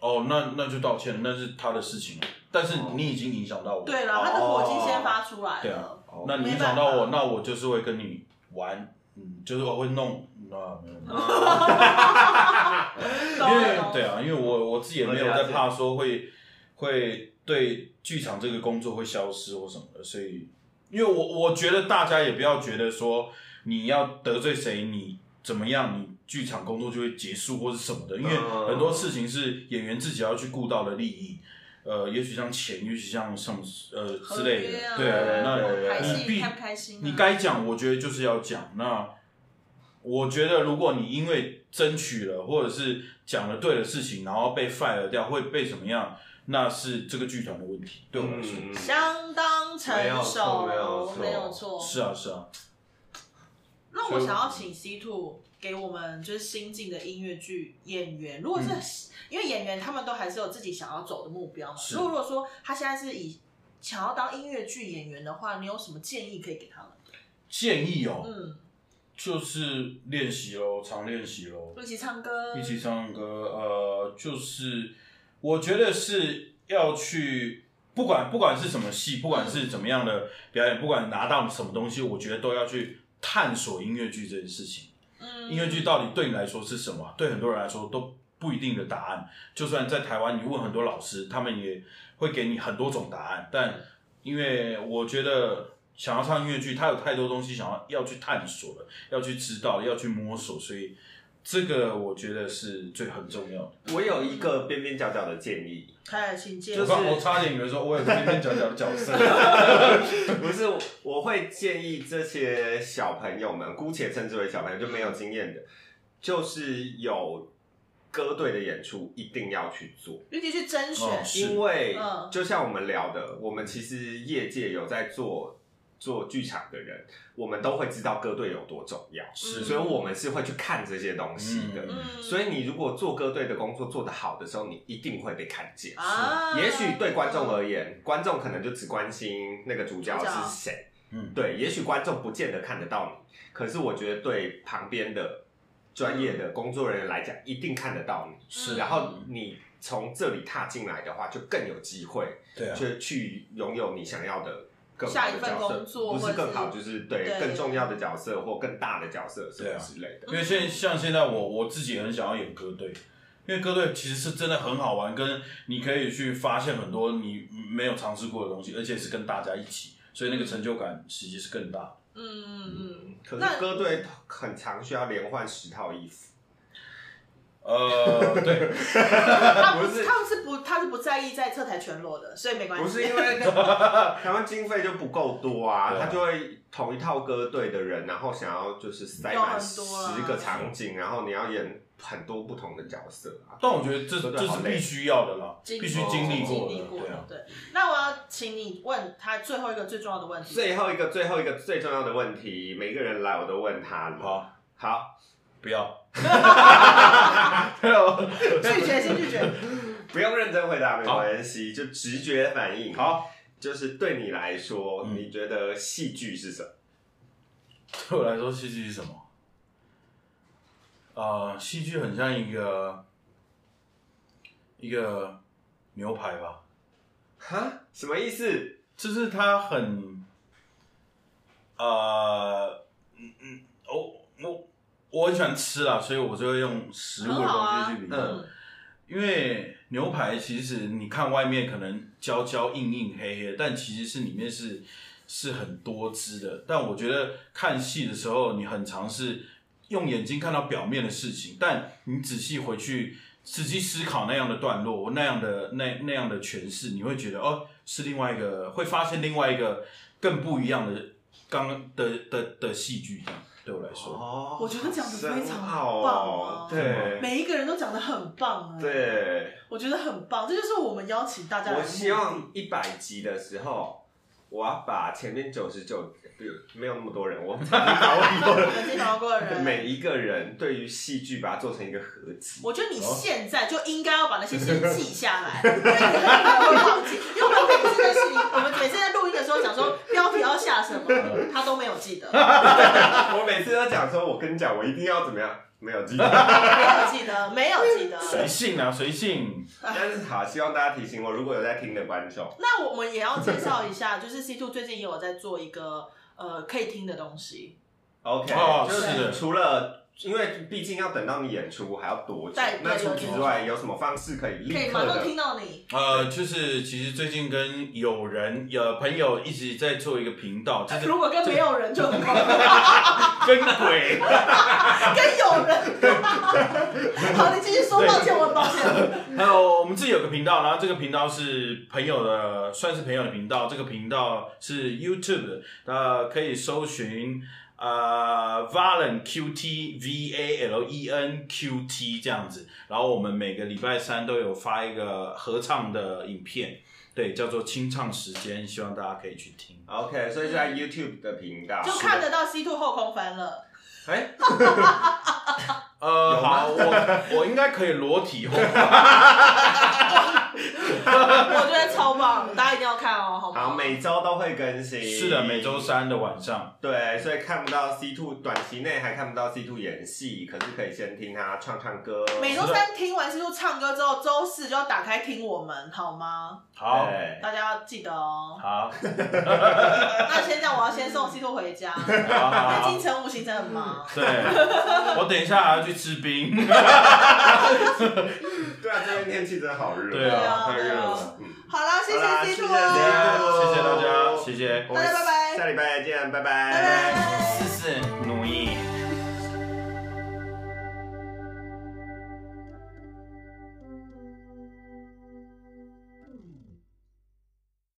C: 哦，那那就道歉，那是他的事情了。但是
B: 哦
C: 你已经影响到我，
A: 对了，他的火星先发出来了。
C: 那你
A: 没
C: 影
A: 办
C: 响到我，
A: 法
C: 那我就是会跟你玩，嗯，就是我会弄，那没有。
B: 啊
A: 懂
C: 因
A: 了
C: 为
A: 懂了
C: 对啊，因为我我自己也没有
B: 了
C: 在
B: 解
C: 怕说会会对剧场这个工作会消失或什么的，所以因为我我觉得大家也不要觉得说你要得罪谁，你怎么样，你剧场工作就会结束或是什么的，因为
B: 嗯
C: 很多事情是演员自己要去顾到的利益。呃，也许像钱，也许像什么呃之类的
A: 合约，啊
C: 对啊，
B: 对
C: 那
A: 拍
C: 你必
A: 戏开不开心啊？
C: 你该讲，我觉得就是要讲。那我觉得，如果你因为争取了，或者是讲了对的事情，然后被 fire 掉，会被怎么样？那是这个剧团的问题，对我来说。
B: 嗯，
A: 相当成熟，
B: 没有错
A: 没
B: 没
A: 有
B: 有
A: 错。
C: 是啊，是啊，
A: 那我想要请 C Two 给我们就是新进的音乐剧演员，如果
B: 嗯
A: 是、因为演员他们都还是有自己想要走的目标嘛。
C: 是
A: 如果如果说他现在是以想要当音乐剧演员的话，你有什么建议可以给他们？
C: 建议哦，
A: 嗯，
C: 就是练习喽，常练习喽，
A: 一起唱歌，
C: 一起唱歌。呃，就是我觉得是要去，不管不管是什么戏，不管是怎么样的表演，不管拿到什么东西，我觉得都要去探索音乐剧这件事情。
A: 嗯，
C: 音乐剧到底对你来说是什么？对很多人来说都不一定的答案。就算在台湾，你问很多老师，他们也会给你很多种答案。但因为我觉得想要唱音乐剧，它有太多东西想要要去探索了，要去知道，要去摸索，所以这个我觉得是最很重要的。
B: 我有一个边边角角的 建议，
A: 哎，请见，
B: 就是哦
C: 我刚我差点以为说我有边边角角的角 色，
B: 不是，我会建议这些小朋友们，姑且称之为小朋友，就没有经验的，就是有歌队的演出一定要去做，
A: 尤其去甄选，
C: 哦是
B: 因为
A: 嗯
B: 就像我们聊的，我们其实业界有在做做剧场的人，我们都会知道歌队有多重要，
A: 是
B: 所以我们是会去看这些东西的。
C: 嗯
A: 嗯，
B: 所以你如果做歌队的工作做得好的时候，你一定会被看见。
A: 啊，
B: 也许对观众而言，观众可能就只关心那个主角
A: 主角
B: 是谁，
C: 嗯，
B: 对，也许观众不见得看得到你，可是我觉得对旁边的专业的工作人员来讲，一定看得到你。
A: 嗯
C: 是
B: 然后你从这里踏进来的话，就更有机会
C: 对啊，
B: 去去拥有你想要的更
A: 下
B: 好
A: 一
B: 的
A: 份
B: 角
A: 工
B: 色，
A: 作
B: 不
A: 或
B: 是
A: 者
B: 更好，
A: 是
B: 就是对
A: 对
B: 更重要的角色或更大的角色什
C: 对
B: 么
C: 啊
B: 之类的。
C: 因为现
A: 嗯
C: 在像现在我我自己也很想要演歌队，因为歌队其实是真的很好玩，跟你可以去发现很多你没有尝试过的东西，而且是跟大家一起，所
B: 嗯
C: 以那个成就感其实是更大 的。
A: 嗯嗯嗯，
B: 可
A: 那
B: 是歌队很常需要连换十套衣服，
C: 呃，对，
A: 他
B: 不
A: 不是
B: 是
A: 他们是不他是不在意在侧台全裸的，所以没关系，
B: 不是因为那个台湾经费就不够多啊，
C: 对
B: 他
C: 啊
B: 就会同一套歌队的人，然后想要就是塞
A: 有很
B: 满
A: 多啊
B: 十个场景，然后你要演很多不同的角色啊。
C: 但我觉得这
B: 真的
C: 这
B: 好
C: 是
B: 累
C: 必须要的啦，
A: 经
C: 必须经历
A: 经
C: 过
A: 历
C: 的，
A: 过
C: 对啊
A: 的，。对。那我要请你问他最后一个最重要的问题，
B: 最后一个，最后一个最重要的问题，每个人来我都问他了。
C: 好，
B: 好，
C: 不要，
A: 拒绝先拒
C: 嗯
A: 绝。
B: 不用认真回答没关系，就直觉反应。，
C: 好，
B: 就是对你来说，
C: 嗯
B: 你觉得戏剧是什么？
C: 对我来说戏剧是什么？呃，戏剧很像一个一个牛排吧。
B: 哈，什么意思？
C: 就是他很，呃，嗯嗯，我我我很喜欢吃啦，所以我就会用食物的
A: 很好
C: 东
A: 啊
C: 西去比喻。
B: 嗯
C: 因为牛排其实你看外面可能焦焦硬硬黑黑的，但其实是里面是是很多汁的。但我觉得看戏的时候，你很尝试用眼睛看到表面的事情，但你仔细回去仔细思考那样的段落，那样的那那样的诠释，你会觉得哦，是另外一个，会发现另外一个更不一样的刚刚的的的戏剧这样。对我来说，
B: 哦
A: 我觉得讲的非常
B: 好
A: 棒啊啊，
B: 哦对
A: 每一个人都讲的很棒、啊，，
B: 对，
A: 我觉得很棒，这就是我们邀请大家来。
B: 我希望一百集的时候，我要把前面九十九没有那么多人，我
A: 我
B: 把我
A: 们这访问过的人，
B: 每一个人对于戏剧把它做成一个合集。
A: 我觉得你
C: 哦
A: 现在就应该要把那些先记下 来，因为你很可能会忘记。因为我们每次的事情，我们每次在录音的时候想说标题要下什
C: 嗯
A: 么，他都没有记得，
B: 我每次都讲说，我跟你讲，我一定要怎么样，没有记得。
A: 没有记得，没有记得。
C: 随性啊，随性。
B: 但是好，希望大家提醒我，如果有在听的观众，
A: 那我们也要介绍一下，就是 C Two 最近也有在做一个呃可以听的东西，
B: OK，、
C: 哦
B: 就是
C: 是的
B: 除了，因为毕竟要等到你演出还要多久
A: 对？
B: 那
A: 对
B: 除
A: 有
B: 此
A: 点
B: 之外，有什么方式可以立
A: 可以马
B: 刻
A: 上
B: 的？
A: 听到你。
C: 呃，就是其实最近跟友人、有朋友一直在做一个频 道，
B: 哎
C: 就是
A: 如果跟没有人就很恐怖，
C: 跟 鬼。
A: 跟有人。好，你继续说，抱歉，我很抱歉。
C: 还有我们自己有个频道，然后这个频道是朋友的，算是朋友的频道。这个频道是 YouTube，的呃，可以搜寻呃 Valen QT V A L E N Q T 这样子。然后我们每个礼拜三都有发一个合唱的影片，对，叫做清唱时间，希望大家可以去听。
B: OK，所以就在 YouTube 的频道
A: 就看得到 C Two 后空翻了，
B: 哎，
C: 呃，
B: 有吗
C: 好，我我应该可以裸 体后。
A: 我觉得超棒，大家一定要看哦，好吗？
B: 好，每周都会更新。
C: 是的，每周。三的晚上，
B: 对，所以看不到 C two，短期内还看不到 C two 演戏，可是可以先听他唱唱歌。
A: 每周三听完 C Two 唱歌之后，周四就要打开听我们，好吗？
C: 好
B: 对
A: 大家要记得 哦。
C: 好
A: 那先这样，我要先送 C Two 回家。
C: 好好
A: 在
C: 好
A: 金。城武行程很忙，
C: 对，我等一下还要去吃冰。
B: 对啊，这边天气真的好热。
C: 对啊，太
A: 对啊
C: 热
A: 对
C: 了。
A: 好啦，谢
B: 好啦
A: 谢 C
B: 谢
A: Two
B: 谢 C2
A: 哦，
C: 谢谢大家，谢谢，
B: 我们
A: 大家拜拜
B: 下礼拜再见，拜
A: 拜拜。
C: 四四努力。